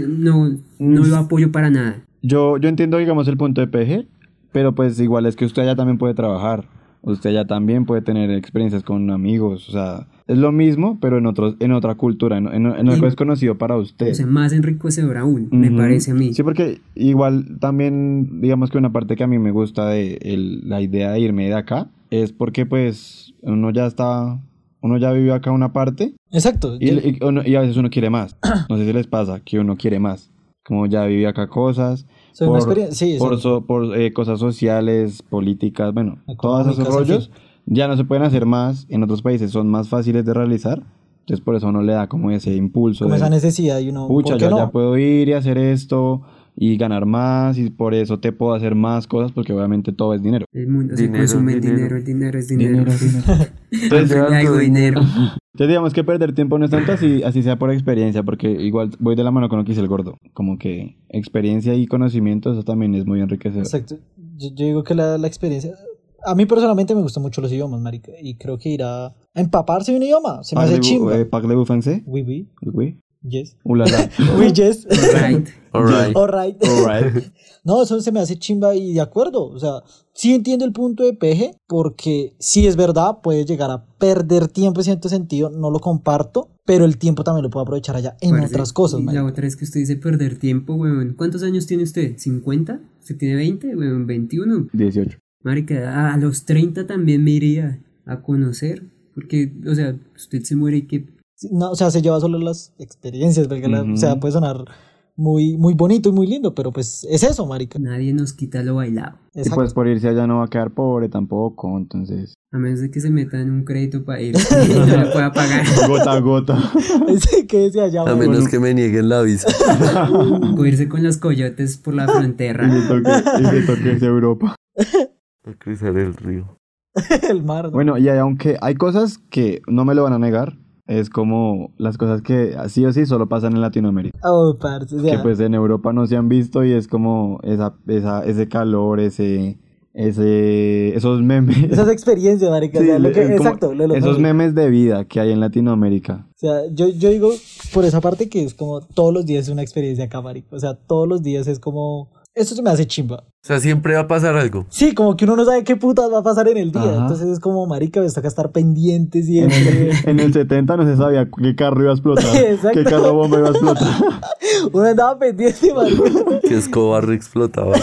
[SPEAKER 4] no, no- no lo apoyo para nada.
[SPEAKER 3] Yo, yo entiendo, digamos, el punto de PG, pero pues igual es que usted allá también puede trabajar. Usted allá también puede tener experiencias con amigos. O sea, es lo mismo, pero en, otros, en otra cultura, en, en- en algo
[SPEAKER 4] Y-
[SPEAKER 3] desconocido para usted.
[SPEAKER 4] O sea, más enriquecedor aún, me
[SPEAKER 3] Ujú.
[SPEAKER 4] parece a mí.
[SPEAKER 3] Sí, porque igual también, digamos que una parte que a mí me gusta de el- la idea de irme de acá es porque pues uno ya está, uno ya vivió acá una parte
[SPEAKER 6] Exacto.
[SPEAKER 3] y,
[SPEAKER 6] yo-
[SPEAKER 3] y uno- y a veces uno quiere más. No sé si les pasa que uno quiere más. Como ya viví acá cosas,
[SPEAKER 6] soy una experiencia. Sí,
[SPEAKER 3] por,
[SPEAKER 6] exacto.
[SPEAKER 3] so- por, eh, cosas sociales, políticas, bueno, todos esos
[SPEAKER 6] Económicas,
[SPEAKER 3] rollos
[SPEAKER 6] en
[SPEAKER 3] ya no se pueden hacer más, en otros países son más fáciles de realizar, entonces por eso uno le da como ese impulso.
[SPEAKER 6] como
[SPEAKER 3] de,
[SPEAKER 6] esa necesidad y uno.
[SPEAKER 3] Pucha,
[SPEAKER 6] ¿por qué
[SPEAKER 3] yo
[SPEAKER 6] no?
[SPEAKER 3] ya puedo ir y hacer esto y ganar más y por eso te puedo hacer más cosas porque obviamente todo es dinero.
[SPEAKER 4] El mundo
[SPEAKER 5] Dinero,
[SPEAKER 4] se consume en
[SPEAKER 5] dinero.
[SPEAKER 4] dinero, el dinero es dinero.
[SPEAKER 3] Entonces,
[SPEAKER 5] Dinero.
[SPEAKER 4] Siempre hay algo de dinero.
[SPEAKER 3] entonces digamos que perder tiempo no es tanto así, así sea por experiencia, porque igual voy de la mano con lo que dice el gordo. Como que experiencia y conocimiento, eso también es muy enriquecedor.
[SPEAKER 6] Exacto. Yo, yo digo que la, la experiencia. A mí personalmente me gustan mucho los idiomas, marica. Y creo que ir a, a empaparse de un idioma se me hace
[SPEAKER 3] Parlez-vous-
[SPEAKER 6] chimba.
[SPEAKER 3] eh, parlez-vous français?
[SPEAKER 6] Oui, oui,
[SPEAKER 3] Oui.
[SPEAKER 6] yes.
[SPEAKER 3] Ulala.
[SPEAKER 6] Oui, yes.
[SPEAKER 4] Right.
[SPEAKER 5] Alright.
[SPEAKER 6] Alright.
[SPEAKER 3] Alright.
[SPEAKER 6] No, eso se me hace chimba y de acuerdo. O sea, sí entiendo el punto de peje, porque si es verdad, puede llegar a perder tiempo en cierto sentido. No lo comparto, pero el tiempo también lo puedo aprovechar allá en
[SPEAKER 4] Parce,
[SPEAKER 6] otras cosas,
[SPEAKER 4] y La
[SPEAKER 6] marica.
[SPEAKER 4] otra es que usted dice perder tiempo, weón. ¿Cuántos años tiene usted? ¿50? ¿Se tiene 20? Weón, 21.
[SPEAKER 3] 18.
[SPEAKER 4] Marica, a- a los 30 también me iría a conocer. Porque, o sea, usted se muere y que.
[SPEAKER 6] Sí, no, o sea, se lleva solo las experiencias, porque la-
[SPEAKER 3] Ujú.
[SPEAKER 6] o sea, puede sonar muy, muy bonito y muy lindo, pero pues es eso, marica.
[SPEAKER 4] Nadie nos quita lo bailado.
[SPEAKER 3] Y
[SPEAKER 6] Exacto.
[SPEAKER 3] pues por irse allá no va a quedar pobre tampoco, entonces.
[SPEAKER 4] A menos de que se meta en un crédito para ir y no lo pueda pagar.
[SPEAKER 3] Gota a gota.
[SPEAKER 6] Ese que decía allá,
[SPEAKER 5] A
[SPEAKER 6] weón.
[SPEAKER 5] menos que me nieguen la visa.
[SPEAKER 4] O irse con las coyotes por la
[SPEAKER 3] y le
[SPEAKER 4] frontera.
[SPEAKER 3] toque, y le toque irse a Europa.
[SPEAKER 5] A cruzar el río.
[SPEAKER 6] el mar. ¿no?
[SPEAKER 3] Bueno, y aunque hay cosas que no me lo van a negar, es como las cosas que sí o sí solo pasan en Latinoamérica.
[SPEAKER 6] Oh, parce, o sea,
[SPEAKER 3] Que pues en Europa no se han visto y es como esa, esa, ese calor, ese, ese, esos memes.
[SPEAKER 6] esas experiencias, marica. o
[SPEAKER 3] Sí,
[SPEAKER 6] sea, lo
[SPEAKER 3] es
[SPEAKER 6] que-
[SPEAKER 3] como
[SPEAKER 6] exacto, lo de los
[SPEAKER 3] esos
[SPEAKER 6] memes.
[SPEAKER 3] memes de vida que hay en Latinoamérica.
[SPEAKER 6] O sea, yo, yo digo por esa parte que es como todos los días es una experiencia acá, marica. O sea, todos los días es como. Esto se me hace chimba.
[SPEAKER 5] O sea, siempre va a pasar algo.
[SPEAKER 6] Sí, como que uno no sabe qué putas va a pasar en el día.
[SPEAKER 3] Ajá.
[SPEAKER 6] Entonces es como, marica, me toca estar pendiente
[SPEAKER 3] En
[SPEAKER 6] siempre.
[SPEAKER 3] el, en el 70 no se sabía qué carro iba a explotar,
[SPEAKER 6] Exacto.
[SPEAKER 3] qué carro bomba iba a explotar.
[SPEAKER 6] uno andaba pendiente, marica.
[SPEAKER 5] Que Escobar explotaba.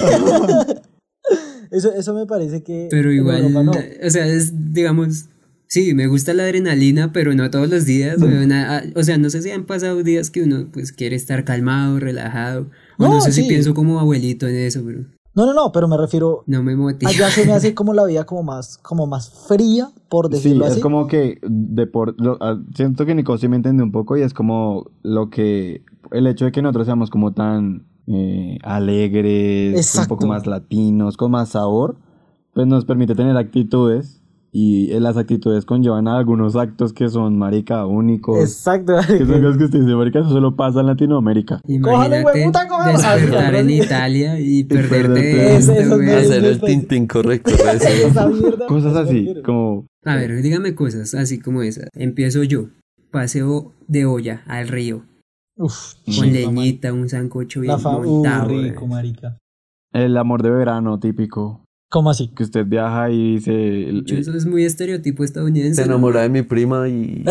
[SPEAKER 6] Eso, eso me parece que.
[SPEAKER 4] Pero
[SPEAKER 6] en
[SPEAKER 4] igual,
[SPEAKER 6] Europa no.
[SPEAKER 4] o sea, es, digamos, sí, me gusta la adrenalina, pero no todos los días.
[SPEAKER 6] Mm.
[SPEAKER 4] weón. A- a- o sea, no sé si han pasado días que uno pues quiere estar calmado, relajado. O no,
[SPEAKER 6] No,
[SPEAKER 4] sé
[SPEAKER 6] sí.
[SPEAKER 4] si pienso como abuelito en eso, bro.
[SPEAKER 6] No, no, no, pero me refiero.
[SPEAKER 4] No me motiva.
[SPEAKER 6] Allá se me hace como la vida como más, como más fría, por
[SPEAKER 3] Sí,
[SPEAKER 6] decirlo así.
[SPEAKER 3] es como que de por- lo- ah, siento que Nico sí me entiende un poco y es como lo que el hecho de que nosotros seamos como tan eh, alegres, un
[SPEAKER 6] Exacto.
[SPEAKER 3] poco más latinos, con más sabor, pues nos permite tener actitudes y eh, las actitudes conllevan a algunos actos que son marica únicos.
[SPEAKER 6] Exacto,
[SPEAKER 3] Que son
[SPEAKER 6] marica.
[SPEAKER 3] cosas que usted dice, marica, eso solo pasa en Latinoamérica.
[SPEAKER 4] Imagínate
[SPEAKER 6] Cójalo, hueputa, cójalo.
[SPEAKER 4] despertar en
[SPEAKER 6] Así.
[SPEAKER 4] Italia y perderte
[SPEAKER 3] perderte.
[SPEAKER 4] de esto,
[SPEAKER 6] Eso- eso no
[SPEAKER 4] weón.
[SPEAKER 6] es-
[SPEAKER 5] Hacer el tintín correcto. eso.
[SPEAKER 6] Esa mierda,
[SPEAKER 3] Cosas
[SPEAKER 6] eso me
[SPEAKER 3] así,
[SPEAKER 6] refiero.
[SPEAKER 3] como
[SPEAKER 4] A ver, dígame cosas así como esas. Empiezo yo. Paseo de olla al río.
[SPEAKER 6] Uf,
[SPEAKER 4] Con
[SPEAKER 6] chimba, marica.
[SPEAKER 4] leñita, un sancocho bien
[SPEAKER 6] Mm. La fa... Uy,
[SPEAKER 4] montado,
[SPEAKER 6] rico,
[SPEAKER 4] weón.
[SPEAKER 6] marica.
[SPEAKER 3] el amor de verano típico,
[SPEAKER 6] ¿Cómo así?
[SPEAKER 3] que usted viaja y dice...
[SPEAKER 4] Yo, Eso es muy estereotipo estadounidense.
[SPEAKER 5] Se
[SPEAKER 4] ¿no?
[SPEAKER 5] enamora de mi prima y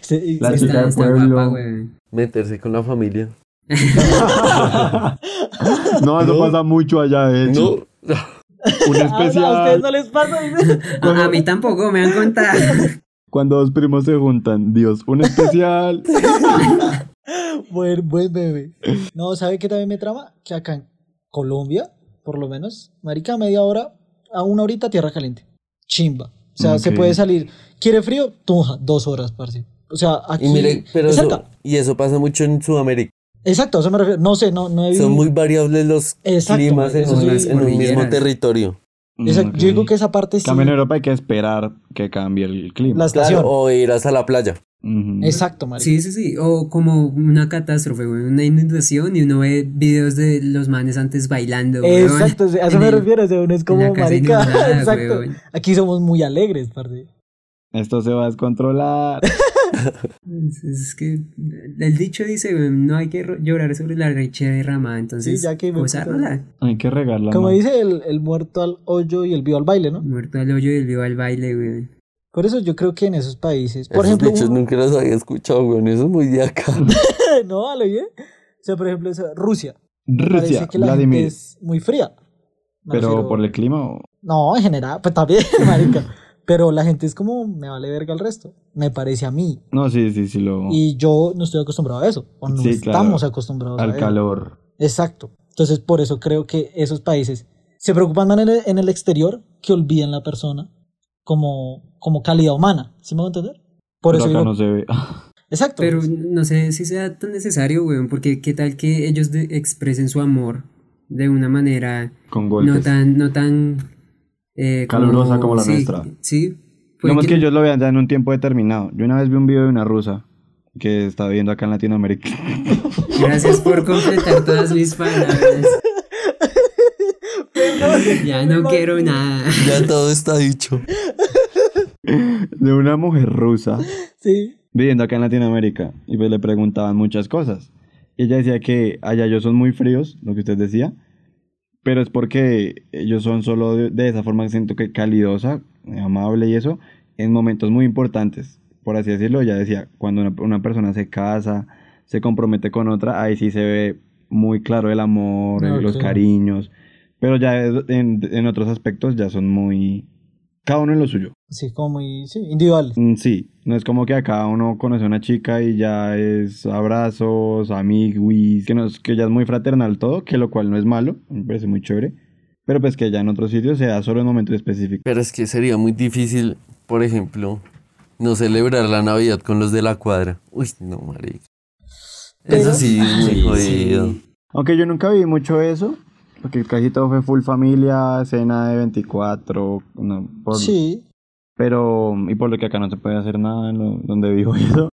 [SPEAKER 6] Sí,
[SPEAKER 3] La chica
[SPEAKER 4] Está,
[SPEAKER 6] sí,
[SPEAKER 3] del
[SPEAKER 4] está
[SPEAKER 3] pueblo.
[SPEAKER 4] guapa, weón.
[SPEAKER 5] meterse con la familia.
[SPEAKER 3] No, eso pasa mucho allá, de hecho.
[SPEAKER 5] No.
[SPEAKER 3] Un
[SPEAKER 6] Ah, no, a
[SPEAKER 3] especial.
[SPEAKER 6] ustedes no les pasa.
[SPEAKER 4] A, a mí tampoco, me han contado.
[SPEAKER 3] Cuando dos primos se juntan, Dios, un especial.
[SPEAKER 6] buen, buen bebé. No, ¿sabe qué también me trama? Que acá en Colombia, por lo menos, marica, media hora a una horita tierra caliente. Chimba. O sea, se
[SPEAKER 3] Ok.
[SPEAKER 6] puede salir. ¿Quiere frío? Tunja, dos horas, parce. O sea, aquí.
[SPEAKER 5] Y mire, pero
[SPEAKER 6] es
[SPEAKER 5] eso-
[SPEAKER 6] cerca.
[SPEAKER 5] y eso pasa mucho en Sudamérica.
[SPEAKER 6] Exacto, a eso me refiero. No sé, no, no he vivido.
[SPEAKER 5] Son muy variables los
[SPEAKER 6] Exacto,
[SPEAKER 5] climas en
[SPEAKER 6] eso
[SPEAKER 5] un,
[SPEAKER 6] sí.
[SPEAKER 5] en un mismo
[SPEAKER 4] Cordilleras.
[SPEAKER 5] territorio.
[SPEAKER 6] Exacto, Yo digo
[SPEAKER 3] Mm, Ok.
[SPEAKER 6] que esa parte sí.
[SPEAKER 3] Cambio en Europa hay que esperar que cambie el clima.
[SPEAKER 6] La estación.
[SPEAKER 5] Claro, o irás a la playa.
[SPEAKER 3] Ujú.
[SPEAKER 6] Exacto, marica.
[SPEAKER 4] Sí, sí, sí. O como una catástrofe, güey. Una inundación y uno ve videos de los manes antes bailando. güey.
[SPEAKER 6] Exacto, a eso
[SPEAKER 4] En
[SPEAKER 6] me
[SPEAKER 4] el-
[SPEAKER 6] refiero, o sea, uno es
[SPEAKER 4] en
[SPEAKER 6] como
[SPEAKER 4] la casa
[SPEAKER 6] marica,
[SPEAKER 4] inundada,
[SPEAKER 6] exacto.
[SPEAKER 4] weón.
[SPEAKER 6] Aquí somos muy alegres, parce.
[SPEAKER 3] Esto se va a descontrolar.
[SPEAKER 4] Es, es que el dicho dice, güey, no hay que ro- llorar sobre la leche derramada. Entonces,
[SPEAKER 6] ya que me
[SPEAKER 4] gozárnosla.
[SPEAKER 3] Hay que regarla.
[SPEAKER 6] Como
[SPEAKER 3] ¿no?
[SPEAKER 6] dice el, el muerto al hoyo y el vivo al baile, ¿no?
[SPEAKER 4] Muerto al hoyo y el vivo al baile, güey.
[SPEAKER 6] Por eso yo creo que en esos países, por
[SPEAKER 5] Esos
[SPEAKER 6] ejemplo,
[SPEAKER 5] dichos
[SPEAKER 6] un-
[SPEAKER 5] nunca los había escuchado, weón. Eso es muy de acá.
[SPEAKER 6] no, a lo bien. O sea, por ejemplo, esa- Rusia.
[SPEAKER 3] Rusia,
[SPEAKER 6] Parece que la
[SPEAKER 3] Vladimir.
[SPEAKER 6] gente es muy fría. Me
[SPEAKER 3] Pero
[SPEAKER 6] refiero-
[SPEAKER 3] por el clima. o-
[SPEAKER 6] No, en general, pues también, marica. Pero la gente es como, me vale verga el resto. Me parece a mí.
[SPEAKER 3] No, sí, sí, sí, lo.
[SPEAKER 6] Y yo no estoy acostumbrado a eso. O no
[SPEAKER 3] Sí, claro.
[SPEAKER 6] estamos acostumbrados a
[SPEAKER 3] Al
[SPEAKER 6] eso.
[SPEAKER 3] calor.
[SPEAKER 6] Exacto. Entonces, por eso creo que esos países se preocupan más en el, en el exterior que olvidan la persona como, como calidad humana. ¿Sí me voy a entender? Por
[SPEAKER 3] Pero
[SPEAKER 6] eso
[SPEAKER 3] acá
[SPEAKER 6] digo-
[SPEAKER 3] no se ve.
[SPEAKER 6] Exacto.
[SPEAKER 4] Pero no sé si sea tan necesario, güey, porque qué tal que ellos de- expresen su amor de una manera
[SPEAKER 3] Con golpes.
[SPEAKER 4] no tan, no tan eh,
[SPEAKER 3] Calurosa como la
[SPEAKER 4] sí,
[SPEAKER 3] nuestra.
[SPEAKER 4] Sí. puede
[SPEAKER 3] No más que
[SPEAKER 4] que-
[SPEAKER 3] ellos lo vean ya en un tiempo determinado. Yo una vez vi un video de una rusa que está viviendo acá en Latinoamérica.
[SPEAKER 4] Gracias por completar todas mis palabras. ya no quiero nada.
[SPEAKER 5] Ya todo está dicho.
[SPEAKER 3] De una mujer rusa
[SPEAKER 6] sí.
[SPEAKER 3] viviendo acá en Latinoamérica y pues le preguntaban muchas cosas. Y ella decía que allá ellos son muy fríos, lo que usted decía, pero es porque ellos son solo de, de esa forma, siento que calidosa, amable y eso, en momentos muy importantes. por así decirlo, ya decía, cuando una, una persona se casa, se compromete con otra, ahí sí se ve muy claro el amor,
[SPEAKER 6] Ah,
[SPEAKER 3] eh, los
[SPEAKER 6] sí.
[SPEAKER 3] cariños, pero ya es- en, en otros aspectos ya son muy... Cada uno en lo suyo.
[SPEAKER 6] Sí, como muy sí, individual.
[SPEAKER 3] Mm, Sí, no es como que acá uno conoce a una chica y ya es abrazos, amiguis, que, nos, que ya es muy fraternal todo, que lo cual no es malo, me parece muy chévere, pero pues que ya en otros sitios se da solo en momentos específicos.
[SPEAKER 5] Pero es que sería muy difícil, por ejemplo, no celebrar la Navidad con los de la cuadra. Uy, no, marica. Eso
[SPEAKER 6] Pero-
[SPEAKER 5] sí, es muy
[SPEAKER 2] Sí,
[SPEAKER 5] jodido.
[SPEAKER 2] sí.
[SPEAKER 3] Aunque yo nunca viví mucho eso, porque casi todo fue full familia, cena de 24, no, por-
[SPEAKER 6] Sí.
[SPEAKER 3] pero y por lo que acá no se puede hacer nada en lo- donde vivo y eso.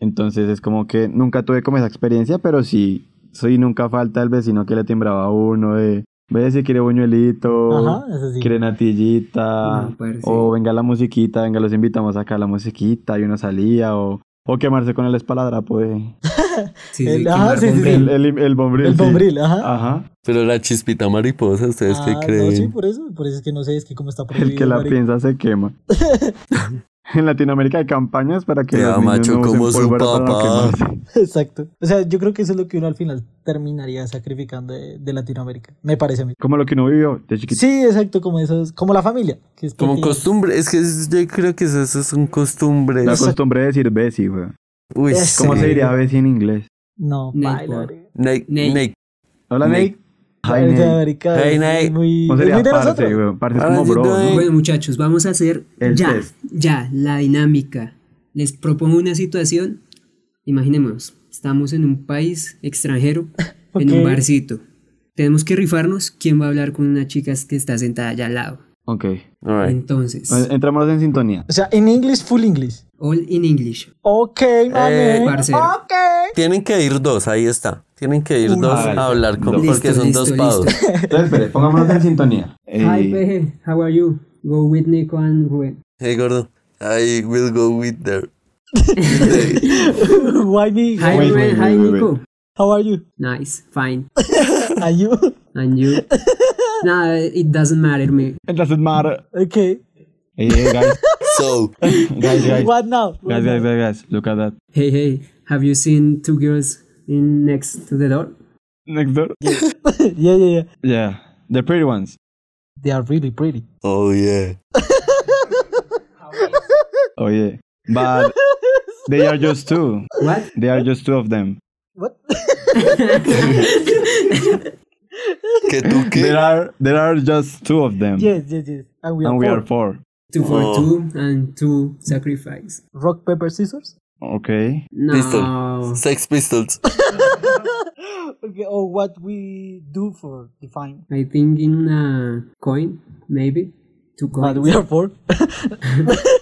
[SPEAKER 3] Entonces es como que nunca tuve como esa experiencia, pero sí, sí nunca falta el vecino que le timbraba a uno de, ve si quiere buñuelito,
[SPEAKER 6] Ajá, eso sí.
[SPEAKER 3] quiere natillita,
[SPEAKER 4] No, parce.
[SPEAKER 3] o venga la musiquita, venga los invitamos acá a la musiquita y uno salía, o, o quemarse con el espaladrapo de,
[SPEAKER 4] Sí,
[SPEAKER 6] El-
[SPEAKER 4] sí,
[SPEAKER 6] ah,
[SPEAKER 4] quemar
[SPEAKER 6] sí, sí, sí.
[SPEAKER 4] bombril.
[SPEAKER 3] el, el, el bombril.
[SPEAKER 6] El
[SPEAKER 3] sí. Ah,
[SPEAKER 6] bombril, ajá.
[SPEAKER 3] Ajá.
[SPEAKER 5] Pero la chispita mariposa, ¿ustedes qué
[SPEAKER 6] Ah,
[SPEAKER 5] creen?
[SPEAKER 6] No, sí, por eso. Por eso es que no sé, es que cómo está prohibido.
[SPEAKER 3] El que la
[SPEAKER 6] marica.
[SPEAKER 3] piensa se quema. en Latinoamérica hay campañas para que
[SPEAKER 5] Te
[SPEAKER 3] los
[SPEAKER 5] ama,
[SPEAKER 3] niños
[SPEAKER 5] yo
[SPEAKER 3] no usen
[SPEAKER 5] como su
[SPEAKER 3] pólvora para no
[SPEAKER 5] papá.
[SPEAKER 3] quemarse.
[SPEAKER 6] Exacto. O sea, yo creo que eso es lo que uno al final terminaría sacrificando de, de Latinoamérica. Me parece a mí.
[SPEAKER 3] Como lo que uno vivió de chiquito.
[SPEAKER 6] Sí, exacto, como esos, como la familia. Que es
[SPEAKER 5] Como
[SPEAKER 6] pequeña.
[SPEAKER 5] costumbre, es que es- yo creo que eso, eso es un costumbre.
[SPEAKER 3] La
[SPEAKER 5] Es-
[SPEAKER 3] costumbre de decir Bessie, güey.
[SPEAKER 5] Uy,
[SPEAKER 6] Es-
[SPEAKER 5] sí.
[SPEAKER 3] ¿Cómo se diría Bessie en inglés?
[SPEAKER 6] No,
[SPEAKER 4] Nate,
[SPEAKER 6] baila,
[SPEAKER 4] por-
[SPEAKER 6] marica.
[SPEAKER 5] Nate,
[SPEAKER 4] Nate.
[SPEAKER 5] Nate.
[SPEAKER 3] Hola, Nate.
[SPEAKER 5] Nate.
[SPEAKER 3] Hi,
[SPEAKER 6] Marica,
[SPEAKER 3] Nate.
[SPEAKER 6] marica,
[SPEAKER 5] Hey,
[SPEAKER 6] es
[SPEAKER 5] Nate.
[SPEAKER 6] Muy,
[SPEAKER 3] ¿Cómo
[SPEAKER 6] es
[SPEAKER 3] sería
[SPEAKER 6] muy de
[SPEAKER 3] parce,
[SPEAKER 6] nosotros.
[SPEAKER 3] güey? Parce es
[SPEAKER 5] Ahora
[SPEAKER 3] como
[SPEAKER 5] sí
[SPEAKER 3] bro,
[SPEAKER 5] te doy-
[SPEAKER 3] ¿no?
[SPEAKER 4] Bueno, muchachos, vamos a hacer
[SPEAKER 3] El
[SPEAKER 4] ya,
[SPEAKER 3] test.
[SPEAKER 4] ya, la dinámica. Les propongo una situación. Imaginemos, estamos en un país extranjero, en un
[SPEAKER 6] Ok.
[SPEAKER 4] barcito. Tenemos que rifarnos quién va a hablar con una chica que está sentada allá al lado.
[SPEAKER 3] Ok.
[SPEAKER 5] Alright.
[SPEAKER 4] Entonces,
[SPEAKER 3] Bueno, Entramos en sintonía.
[SPEAKER 6] O sea, en English, full English.
[SPEAKER 4] all in English.
[SPEAKER 6] Ok,
[SPEAKER 5] Eh,
[SPEAKER 6] mami.
[SPEAKER 4] Parcero.
[SPEAKER 6] ok.
[SPEAKER 5] Tienen que ir dos, ahí está. Tienen que ir dos
[SPEAKER 3] vale.
[SPEAKER 5] a hablar con,
[SPEAKER 4] Listo,
[SPEAKER 5] porque son
[SPEAKER 4] listo,
[SPEAKER 5] dos
[SPEAKER 4] listo.
[SPEAKER 5] pavos.
[SPEAKER 3] Entonces, espere, pongámonos en sintonía.
[SPEAKER 4] Hi,
[SPEAKER 3] Eh,
[SPEAKER 4] Peje, how are you? Go with Nico and Rubén.
[SPEAKER 5] Hey, gordo. I will go with there.
[SPEAKER 6] Why me?
[SPEAKER 4] Hi,
[SPEAKER 3] Wait,
[SPEAKER 4] Rubén,
[SPEAKER 3] wait,
[SPEAKER 4] hi,
[SPEAKER 3] wait, wait,
[SPEAKER 4] Nico.
[SPEAKER 6] How are you?
[SPEAKER 4] Nice, fine.
[SPEAKER 6] Are you?
[SPEAKER 4] And you? nah, it doesn't matter me.
[SPEAKER 3] It doesn't matter.
[SPEAKER 6] Ok.
[SPEAKER 3] Hey, hey, guys.
[SPEAKER 5] So,
[SPEAKER 3] Guys, guys.
[SPEAKER 6] What now?
[SPEAKER 3] Guys, guys, guys, guys. Look at that.
[SPEAKER 4] Hey, hey, have you seen two girls in next to the door?
[SPEAKER 3] Next door.
[SPEAKER 6] yeah, yeah, yeah.
[SPEAKER 3] Yeah. The pretty ones.
[SPEAKER 6] They are really pretty.
[SPEAKER 5] oh yeah.
[SPEAKER 3] Oh, yeah. But they are just two.
[SPEAKER 4] What?
[SPEAKER 3] They are just two of them.
[SPEAKER 6] What?
[SPEAKER 5] ¿Que tú qué?
[SPEAKER 3] There are there are just two of them,
[SPEAKER 6] yes, yes, yes. And we are,
[SPEAKER 3] and we
[SPEAKER 6] four.
[SPEAKER 3] are four.
[SPEAKER 4] Two for
[SPEAKER 5] Oh.
[SPEAKER 4] two and two sacrifice.
[SPEAKER 6] Rock, paper, scissors.
[SPEAKER 3] Okay.
[SPEAKER 4] No.
[SPEAKER 5] Pistol. Sex Pistols.
[SPEAKER 6] Okay, or what we do for define.
[SPEAKER 4] I think in a coin, maybe. Two
[SPEAKER 6] But
[SPEAKER 4] coins.
[SPEAKER 6] we are four.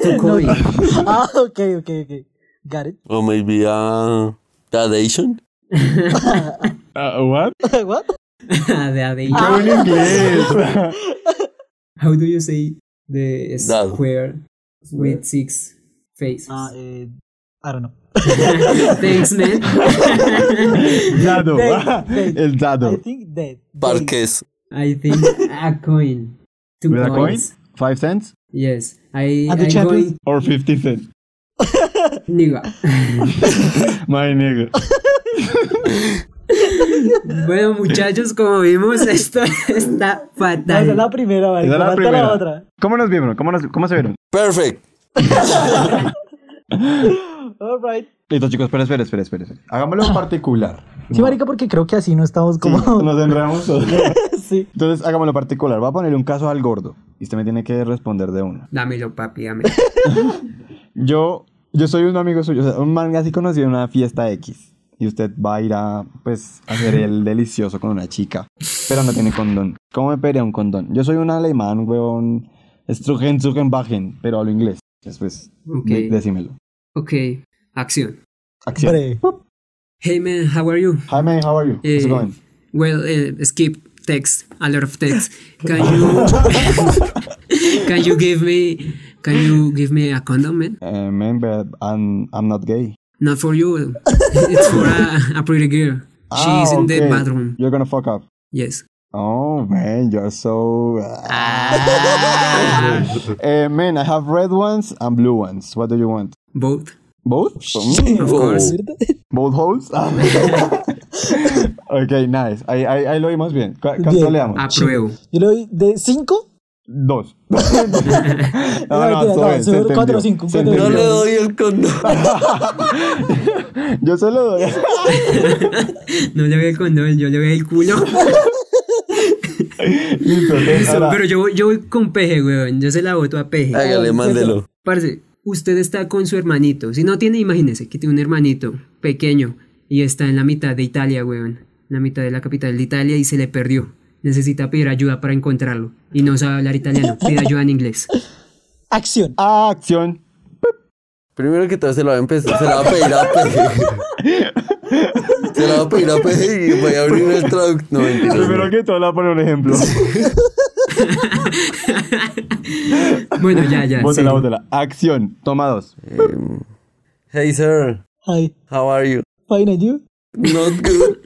[SPEAKER 4] Two coins.
[SPEAKER 6] ah, okay, okay, okay. Got it.
[SPEAKER 5] O maybe a... Dadation.
[SPEAKER 3] Uh, what?
[SPEAKER 6] what?
[SPEAKER 4] The other-
[SPEAKER 6] Ah.
[SPEAKER 3] en inglés.
[SPEAKER 4] How do you say the
[SPEAKER 5] Dado.
[SPEAKER 4] square with six faces?
[SPEAKER 6] Uh, eh, I don't know.
[SPEAKER 4] Thanks, man.
[SPEAKER 3] dado.
[SPEAKER 6] They- they-
[SPEAKER 3] El
[SPEAKER 6] I
[SPEAKER 3] dado.
[SPEAKER 6] think that.
[SPEAKER 5] Parques.
[SPEAKER 4] I think a coin. Two
[SPEAKER 3] With a coin?
[SPEAKER 4] coins.
[SPEAKER 3] Five cents
[SPEAKER 4] Yes. I,
[SPEAKER 6] And the
[SPEAKER 4] I'm
[SPEAKER 6] champions?
[SPEAKER 4] going
[SPEAKER 3] or fifty cents?
[SPEAKER 4] nigga.
[SPEAKER 3] My nigga.
[SPEAKER 4] Bueno, muchachos, como vimos, esto está
[SPEAKER 6] No, esa es
[SPEAKER 4] fatal.
[SPEAKER 6] la primera,
[SPEAKER 3] Esa
[SPEAKER 6] marica.
[SPEAKER 3] es la
[SPEAKER 6] Falta
[SPEAKER 3] primera.
[SPEAKER 6] otra.
[SPEAKER 3] ¿Cómo nos vieron? ¿Cómo, nos- cómo se vieron?
[SPEAKER 5] Perfect.
[SPEAKER 6] All right.
[SPEAKER 3] Listo, chicos, espera, espera, espera, espera. espera. Hagámoslo en particular.
[SPEAKER 6] Sí, marica, porque creo que así no estamos como...
[SPEAKER 3] Nos enredamos todos.
[SPEAKER 6] sí.
[SPEAKER 3] Entonces, hagámoslo particular. Voy a poner un caso al gordo. Y usted me tiene que responder de uno.
[SPEAKER 4] Dámelo, papi, dámelo.
[SPEAKER 3] Yo, yo soy un amigo suyo, o sea, un man así conocido en una fiesta X. Y usted va a ir a, pues, a hacer el delicioso con una chica. Pero no tiene condón. ¿Cómo me pediría un condón? Yo soy un alemán, weón. Strugen, Strugen, Bagen, pero hablo inglés. Después,
[SPEAKER 4] Ok.
[SPEAKER 3] de- decímelo.
[SPEAKER 4] Ok, acción.
[SPEAKER 3] Acción.
[SPEAKER 6] Breve.
[SPEAKER 4] Hey, man, how are you?
[SPEAKER 3] Hi, man, how are you? How's
[SPEAKER 4] Eh,
[SPEAKER 3] it going?
[SPEAKER 4] Well, uh, skip text, a lot of text. Can you can you give me can you give me a condom, man?
[SPEAKER 3] Eh, man, but I'm, I'm not gay.
[SPEAKER 4] Not for you. It's for a, a pretty girl.
[SPEAKER 3] Ah,
[SPEAKER 4] She's in the
[SPEAKER 3] okay.
[SPEAKER 4] bathroom.
[SPEAKER 3] You're gonna fuck up.
[SPEAKER 4] Yes.
[SPEAKER 3] Oh, man, you're so...
[SPEAKER 4] Ah,
[SPEAKER 3] Eh, man, I have red ones and blue ones. What do you want?
[SPEAKER 4] Both.
[SPEAKER 3] Both?
[SPEAKER 4] Of course.
[SPEAKER 3] Both holes? Ah. ok, nice. Ahí, ahí, ahí lo vimos bien. ¿Cu- ¿Cuánto
[SPEAKER 6] Bien. Ah.
[SPEAKER 3] le damos?
[SPEAKER 4] Apruebo.
[SPEAKER 6] Yo le doy de 5.
[SPEAKER 3] Dos. no, no,
[SPEAKER 6] mentira,
[SPEAKER 3] todo
[SPEAKER 6] no,
[SPEAKER 3] bien, se
[SPEAKER 6] seguro
[SPEAKER 3] entendió,
[SPEAKER 6] cuatro o cinco,
[SPEAKER 3] se
[SPEAKER 6] cuatro o
[SPEAKER 5] No
[SPEAKER 3] entendió.
[SPEAKER 5] le doy el condón.
[SPEAKER 3] Yo solo doy.
[SPEAKER 4] No le veo el condón, yo le veo el culo.
[SPEAKER 3] Listo, entonces, ahora-
[SPEAKER 4] Pero yo, voy- yo voy con peje, weón. Yo se la voto a peje.
[SPEAKER 5] Hágale, mándelo.
[SPEAKER 4] Parce, usted está con su hermanito. Si no tiene, imagínese que tiene un hermanito pequeño y está en la mitad de Italia, weón. En la mitad de la capital de Italia y se le perdió. Necesita pedir ayuda para encontrarlo. Y no sabe hablar italiano. Pide ayuda en inglés.
[SPEAKER 6] Acción.
[SPEAKER 3] Acción.
[SPEAKER 5] Primero que todo se la va a empezar, se la va a pedir a Peje. Se la va a pedir a Peje y voy a abrir el traductor. No, mentira.
[SPEAKER 3] Primero que todo, la por un ejemplo.
[SPEAKER 4] Bueno, ya, ya.
[SPEAKER 3] Bótela,
[SPEAKER 4] sí.
[SPEAKER 3] bótela. Acción. Toma dos.
[SPEAKER 5] Em, hey sir,
[SPEAKER 6] Hi.
[SPEAKER 5] how are you?
[SPEAKER 6] Fine and you?
[SPEAKER 5] Not good.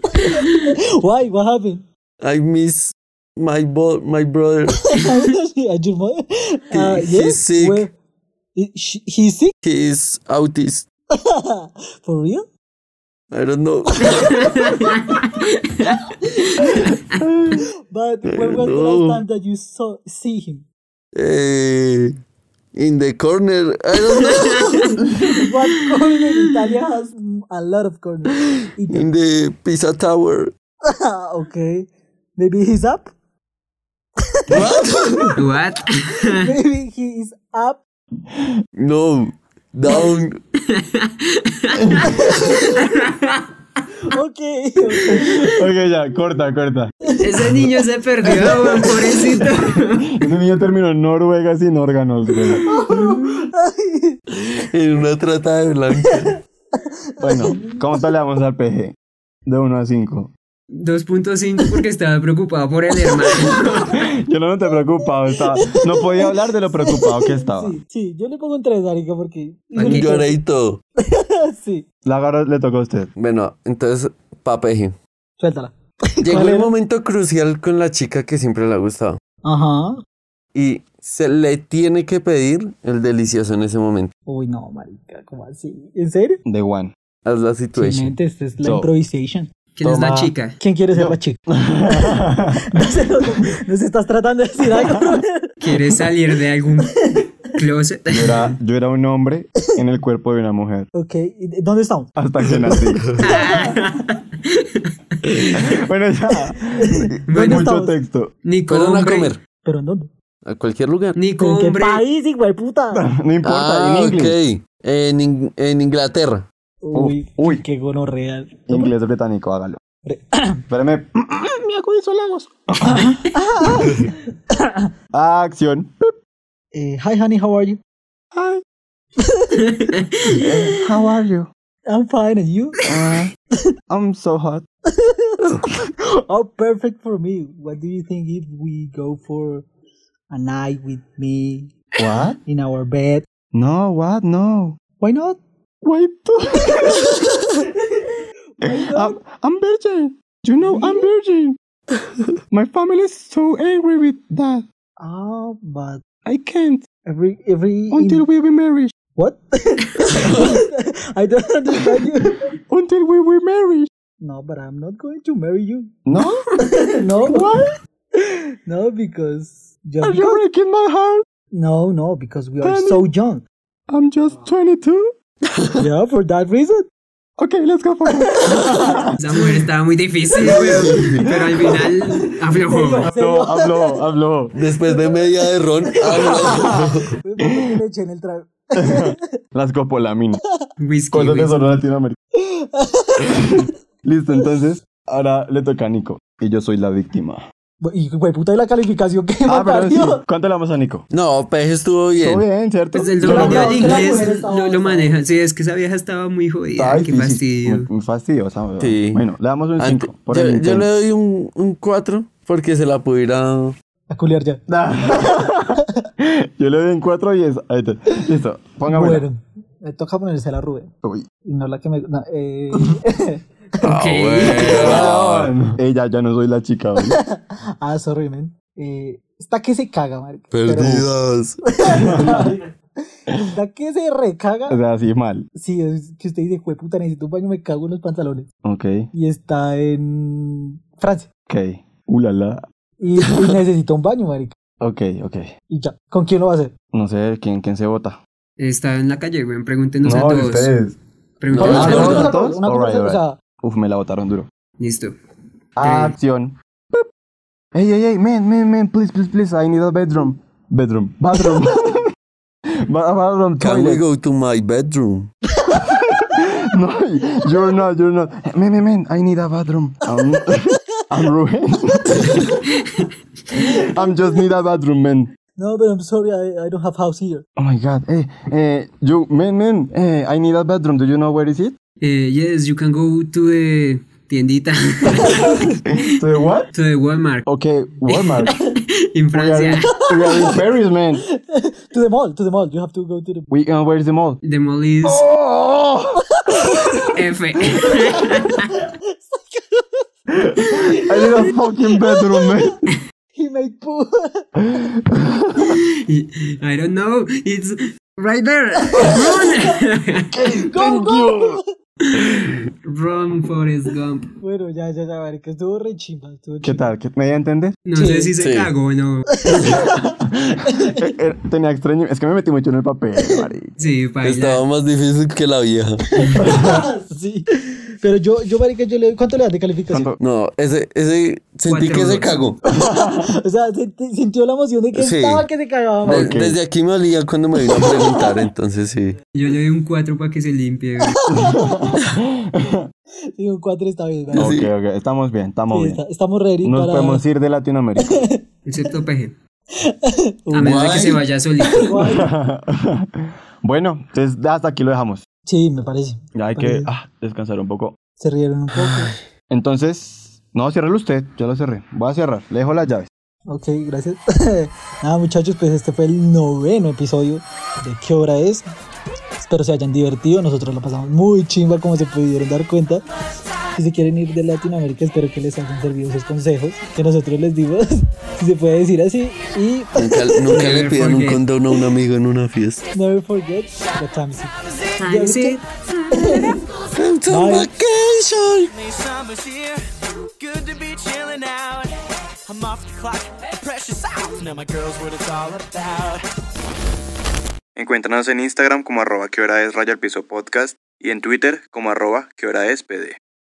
[SPEAKER 6] Why? What happened?
[SPEAKER 5] I miss my bo my brother.
[SPEAKER 6] and your mother? Uh,
[SPEAKER 5] He- he's
[SPEAKER 6] yes.
[SPEAKER 5] sick.
[SPEAKER 6] Where- He- she- he's sick?
[SPEAKER 5] He is autist.
[SPEAKER 6] For real?
[SPEAKER 5] I don't know.
[SPEAKER 6] But when was the
[SPEAKER 5] No.
[SPEAKER 6] last time that you saw see him?
[SPEAKER 5] Eh, in the corner. I don't know.
[SPEAKER 6] What corner in Italia has a lot of corners? It-
[SPEAKER 5] In the pizza tower.
[SPEAKER 6] okay. Maybe he's up?
[SPEAKER 4] What?
[SPEAKER 6] Maybe he is up.
[SPEAKER 5] No. Down.
[SPEAKER 6] Okay. okay.
[SPEAKER 3] Ok, ya, corta, corta.
[SPEAKER 4] Ese niño se perdió, weón, pobrecito.
[SPEAKER 3] Ese niño terminó en Noruega sin órganos, güey.
[SPEAKER 5] En una trata de blanca.
[SPEAKER 3] Bueno, ¿cuánto le damos al PG? De 1 a 5.
[SPEAKER 4] 2.5 porque estaba preocupado por el hermano.
[SPEAKER 3] Yo no te preocupado, estaba. No podía hablar de lo preocupado que estaba.
[SPEAKER 6] Sí, sí, yo le pongo un 3, Marica, porque.
[SPEAKER 5] Un lloradito.
[SPEAKER 6] Sí,
[SPEAKER 3] La garra le tocó a usted.
[SPEAKER 5] Bueno, entonces, pa' Peje.
[SPEAKER 6] suéltala.
[SPEAKER 5] Llegó
[SPEAKER 6] ¿Cuál
[SPEAKER 5] el
[SPEAKER 6] era?
[SPEAKER 5] momento crucial con la chica que siempre le ha gustado.
[SPEAKER 6] Ajá.
[SPEAKER 5] Y se le tiene que pedir el delicioso en ese momento.
[SPEAKER 6] Uy, no, Marica, ¿cómo así? ¿En serio?
[SPEAKER 3] De one.
[SPEAKER 5] Haz la situación.
[SPEAKER 6] Simplemente esta es la
[SPEAKER 3] So-
[SPEAKER 6] improvisation.
[SPEAKER 4] ¿Quién es la
[SPEAKER 3] Toma.
[SPEAKER 4] chica?
[SPEAKER 6] ¿Quién quiere ser la chica? no, sé, no, no sé, estás tratando de decir algo.
[SPEAKER 4] ¿Quiere salir de algún closet?
[SPEAKER 3] Yo era, yo era un hombre en el cuerpo de una mujer.
[SPEAKER 6] ok, ¿y de- ¿dónde estamos?
[SPEAKER 3] Hasta que nací. bueno, ya.
[SPEAKER 6] ¿Dónde
[SPEAKER 3] Mucho
[SPEAKER 6] estamos?
[SPEAKER 3] texto.
[SPEAKER 4] Nico,
[SPEAKER 5] Fueron a
[SPEAKER 4] hombre.
[SPEAKER 5] comer.
[SPEAKER 6] ¿Pero en dónde?
[SPEAKER 5] A cualquier lugar.
[SPEAKER 4] Nico,
[SPEAKER 6] ¿En qué
[SPEAKER 4] hombre.
[SPEAKER 6] país, hijo de puta?
[SPEAKER 3] No importa,
[SPEAKER 5] Ah,
[SPEAKER 3] en
[SPEAKER 5] ok.
[SPEAKER 3] inglés.
[SPEAKER 5] En, In- en Inglaterra.
[SPEAKER 6] Uy,
[SPEAKER 3] uy.
[SPEAKER 6] qué gonorrea.
[SPEAKER 3] Inglés británico, hágalo.
[SPEAKER 6] Hombre.
[SPEAKER 3] Espérame. Me acudizo lagos. Acción.
[SPEAKER 6] Eh, hi, honey, how are you?
[SPEAKER 3] Hi. How are you?
[SPEAKER 6] I'm fine, and you?
[SPEAKER 3] Uh, I'm so hot.
[SPEAKER 6] Oh, perfect for me. What do you think if we go for a night with me
[SPEAKER 3] What?
[SPEAKER 6] in our bed?
[SPEAKER 3] No, what? No.
[SPEAKER 6] Why not?
[SPEAKER 3] Wait. I'm, Ah, I'm virgin. You know, I'm virgin. My family is so angry with that.
[SPEAKER 6] Ah, but
[SPEAKER 3] I can't
[SPEAKER 6] every every
[SPEAKER 3] until we be married.
[SPEAKER 6] what? I don't understand you.
[SPEAKER 3] Until we be married.
[SPEAKER 6] No, but I'm not going to marry you.
[SPEAKER 3] No?
[SPEAKER 6] No,
[SPEAKER 3] Why?
[SPEAKER 6] no, because just
[SPEAKER 3] Are you
[SPEAKER 6] because-
[SPEAKER 3] breaking my heart?
[SPEAKER 6] no, no, because we are
[SPEAKER 3] Honey.
[SPEAKER 6] so young.
[SPEAKER 3] I'm just 22.
[SPEAKER 6] yeah, for that reason.
[SPEAKER 3] Okay, let's go for it.
[SPEAKER 4] Esa mujer estaba muy difícil, weón. Pero al final aflojó.
[SPEAKER 3] habló, habló, habló.
[SPEAKER 5] Después de media de ron, ¡ah, habla.
[SPEAKER 6] ¿Por qué le eché en el trago?
[SPEAKER 3] Las copolaminas.
[SPEAKER 4] Whisky,
[SPEAKER 3] Cosas de
[SPEAKER 4] whisky.
[SPEAKER 3] solo Latinoamérica. Listo, entonces, ahora le toca a Nico. Y yo soy la víctima.
[SPEAKER 6] Y güey, puta, ¿y la calificación que me
[SPEAKER 3] Ah, pero sí.
[SPEAKER 6] parió?
[SPEAKER 3] ¿Cuánto le damos a Nico?
[SPEAKER 5] No, Peje estuvo bien.
[SPEAKER 3] Todo bien, ¿cierto?
[SPEAKER 4] Pues el
[SPEAKER 3] Yo lo
[SPEAKER 6] que
[SPEAKER 4] dominio
[SPEAKER 6] creo
[SPEAKER 4] del
[SPEAKER 6] que la mujer
[SPEAKER 4] inglés
[SPEAKER 6] estaba
[SPEAKER 4] lo, lo
[SPEAKER 6] basada.
[SPEAKER 4] maneja. Sí, es que esa vieja estaba muy jodida.
[SPEAKER 3] Está
[SPEAKER 4] Qué
[SPEAKER 3] difícil.
[SPEAKER 4] fastidio.
[SPEAKER 3] Muy- muy fastidiosa, weón.
[SPEAKER 5] Sí.
[SPEAKER 3] Bueno, le damos un
[SPEAKER 5] Ante-
[SPEAKER 3] 5. Por
[SPEAKER 5] yo,
[SPEAKER 3] el
[SPEAKER 5] yo
[SPEAKER 3] intento.
[SPEAKER 5] le doy un, un 4 porque se la pudiera.
[SPEAKER 6] A culiar ya.
[SPEAKER 3] Yo le doy un 4 y es. ahí está. Listo, póngame.
[SPEAKER 6] Bueno, me toca ponerse la Rubén. Y no la que me. no, eh,
[SPEAKER 4] Ok.
[SPEAKER 5] Ah, bueno.
[SPEAKER 3] Ella ya no soy la chica, weón.
[SPEAKER 6] ah, sorry, man. eh, está que se caga, marica. Pero-
[SPEAKER 5] Perdidos.
[SPEAKER 6] está que se recaga.
[SPEAKER 3] O sea, así mal.
[SPEAKER 6] Sí, es que usted dice, jueputa, necesito un baño, me cago en los pantalones.
[SPEAKER 3] Ok,
[SPEAKER 6] Y está en Francia.
[SPEAKER 3] ok. Ulala.
[SPEAKER 6] Y, y necesita un baño, marica.
[SPEAKER 3] Ok, ok.
[SPEAKER 6] Y ya. ¿Con quién lo va a hacer?
[SPEAKER 3] No sé quién, quién se vota.
[SPEAKER 4] Está en la calle, weón. Pregúntenos a todos. Pregúntenos
[SPEAKER 3] Ah,
[SPEAKER 4] a
[SPEAKER 3] ¿no?
[SPEAKER 4] todos.
[SPEAKER 3] ¿no?
[SPEAKER 6] Una
[SPEAKER 3] ¿todos?
[SPEAKER 6] pregunta,
[SPEAKER 3] Alright,
[SPEAKER 6] o sea,
[SPEAKER 3] Uf, me la votaron duro.
[SPEAKER 4] Listo.
[SPEAKER 3] Acción. Pip. Ey, ey, ey, man, man, man, please, please, please, I need a bedroom. Bedroom. Bathroom. Ba- bathroom,
[SPEAKER 5] Can we
[SPEAKER 3] toilet.
[SPEAKER 5] go to my bedroom?
[SPEAKER 3] No, you're not, you're not. Man, man, man, I need a bathroom. I'm, I'm ruined. I'm just need a bathroom, man.
[SPEAKER 6] No, pero I'm sorry, I, I don't have house here.
[SPEAKER 3] Oh my god. Hey, eh, you, man, man, eh, I need a bathroom. Do you know where is it?
[SPEAKER 4] Eh, yes, you can go to the tiendita.
[SPEAKER 3] The what?
[SPEAKER 4] to the Walmart.
[SPEAKER 3] Okay, Walmart.
[SPEAKER 4] En
[SPEAKER 3] we, are
[SPEAKER 4] Francia.
[SPEAKER 3] in, we are in Paris, man.
[SPEAKER 6] To the mall, to the mall. You have to go to the...
[SPEAKER 3] We, uh, where is the mall?
[SPEAKER 4] The mall is
[SPEAKER 3] Oh!
[SPEAKER 4] F.
[SPEAKER 3] I need a fucking bedroom, man.
[SPEAKER 6] He made poo.
[SPEAKER 4] I don't know. It's right there. Run.
[SPEAKER 6] go, go.
[SPEAKER 4] Run, Forrest Gump.
[SPEAKER 6] bueno, ya, ya, ya, marica. Estuvo re chimba, estuvo
[SPEAKER 3] ¿Qué
[SPEAKER 6] chimba.
[SPEAKER 3] tal? ¿Qué- ¿Me voy a entender?
[SPEAKER 4] No
[SPEAKER 6] Sí,
[SPEAKER 4] sé si se é
[SPEAKER 5] sí.
[SPEAKER 4] cagó o no.
[SPEAKER 3] Eh, eh, Tenía extraño. Es que me metí mucho en el papel, marica.
[SPEAKER 4] Sí, paila.
[SPEAKER 5] Estaba más difícil que la vieja.
[SPEAKER 6] sí. Pero yo, yo, marica, yo le doy... ¿Cuánto le das de calificación?
[SPEAKER 3] ¿Cuánto?
[SPEAKER 5] No, ese, ese, sentí
[SPEAKER 4] Cuatro
[SPEAKER 5] que se
[SPEAKER 4] dos.
[SPEAKER 5] cagó.
[SPEAKER 6] o sea, se- te- sintió la emoción de que
[SPEAKER 5] Sí.
[SPEAKER 6] estaba que se cagaba.
[SPEAKER 5] De-
[SPEAKER 6] marica.
[SPEAKER 3] Ok.
[SPEAKER 5] Desde aquí me olía cuando me vino a preguntar, entonces sí.
[SPEAKER 4] Yo le doy un 4 um para que se limpie. güey.
[SPEAKER 6] Sí, un 4 está bien, marica.
[SPEAKER 3] Ok, ok. Estamos bien, estamos
[SPEAKER 6] Sí,
[SPEAKER 3] bien.
[SPEAKER 6] está- estamos ready
[SPEAKER 3] Nos
[SPEAKER 6] para...
[SPEAKER 3] podemos ir de Latinoamérica.
[SPEAKER 4] Excepto peje. A menos de que se vaya solito.
[SPEAKER 3] bueno, entonces hasta aquí lo dejamos.
[SPEAKER 6] Sí, me parece.
[SPEAKER 3] Ya hay
[SPEAKER 6] Me
[SPEAKER 3] que
[SPEAKER 6] parece.
[SPEAKER 3] ah, descansar un poco.
[SPEAKER 6] Se rieron un poco.
[SPEAKER 3] Entonces, no, ciérrelo usted. Ya lo cerré. Voy a cerrar. Le dejo las llaves.
[SPEAKER 6] Ok, gracias. Nada, muchachos, pues este fue el noveno episodio de ¿Qué hora es? Espero se hayan divertido. Nosotros la pasamos muy chimba, como se pudieron dar cuenta. Si se quieren ir de Latinoamérica, espero que les hayan servido esos consejos que nosotros les dimos, si se puede decir así. Y
[SPEAKER 5] Nunca, nunca le
[SPEAKER 4] Never
[SPEAKER 5] pidan un
[SPEAKER 4] forget.
[SPEAKER 5] condón a un amigo en una fiesta.
[SPEAKER 6] never forget the time is-
[SPEAKER 4] Time is it.
[SPEAKER 6] Bye.
[SPEAKER 7] Summer's here, good to be chilling out. I'm off the clock, the pressure's out. Now my girl's what it's all about.
[SPEAKER 1] Encuéntranos en Instagram como arroba que hora es raya al piso podcast y en Twitter como arroba que hora es pd.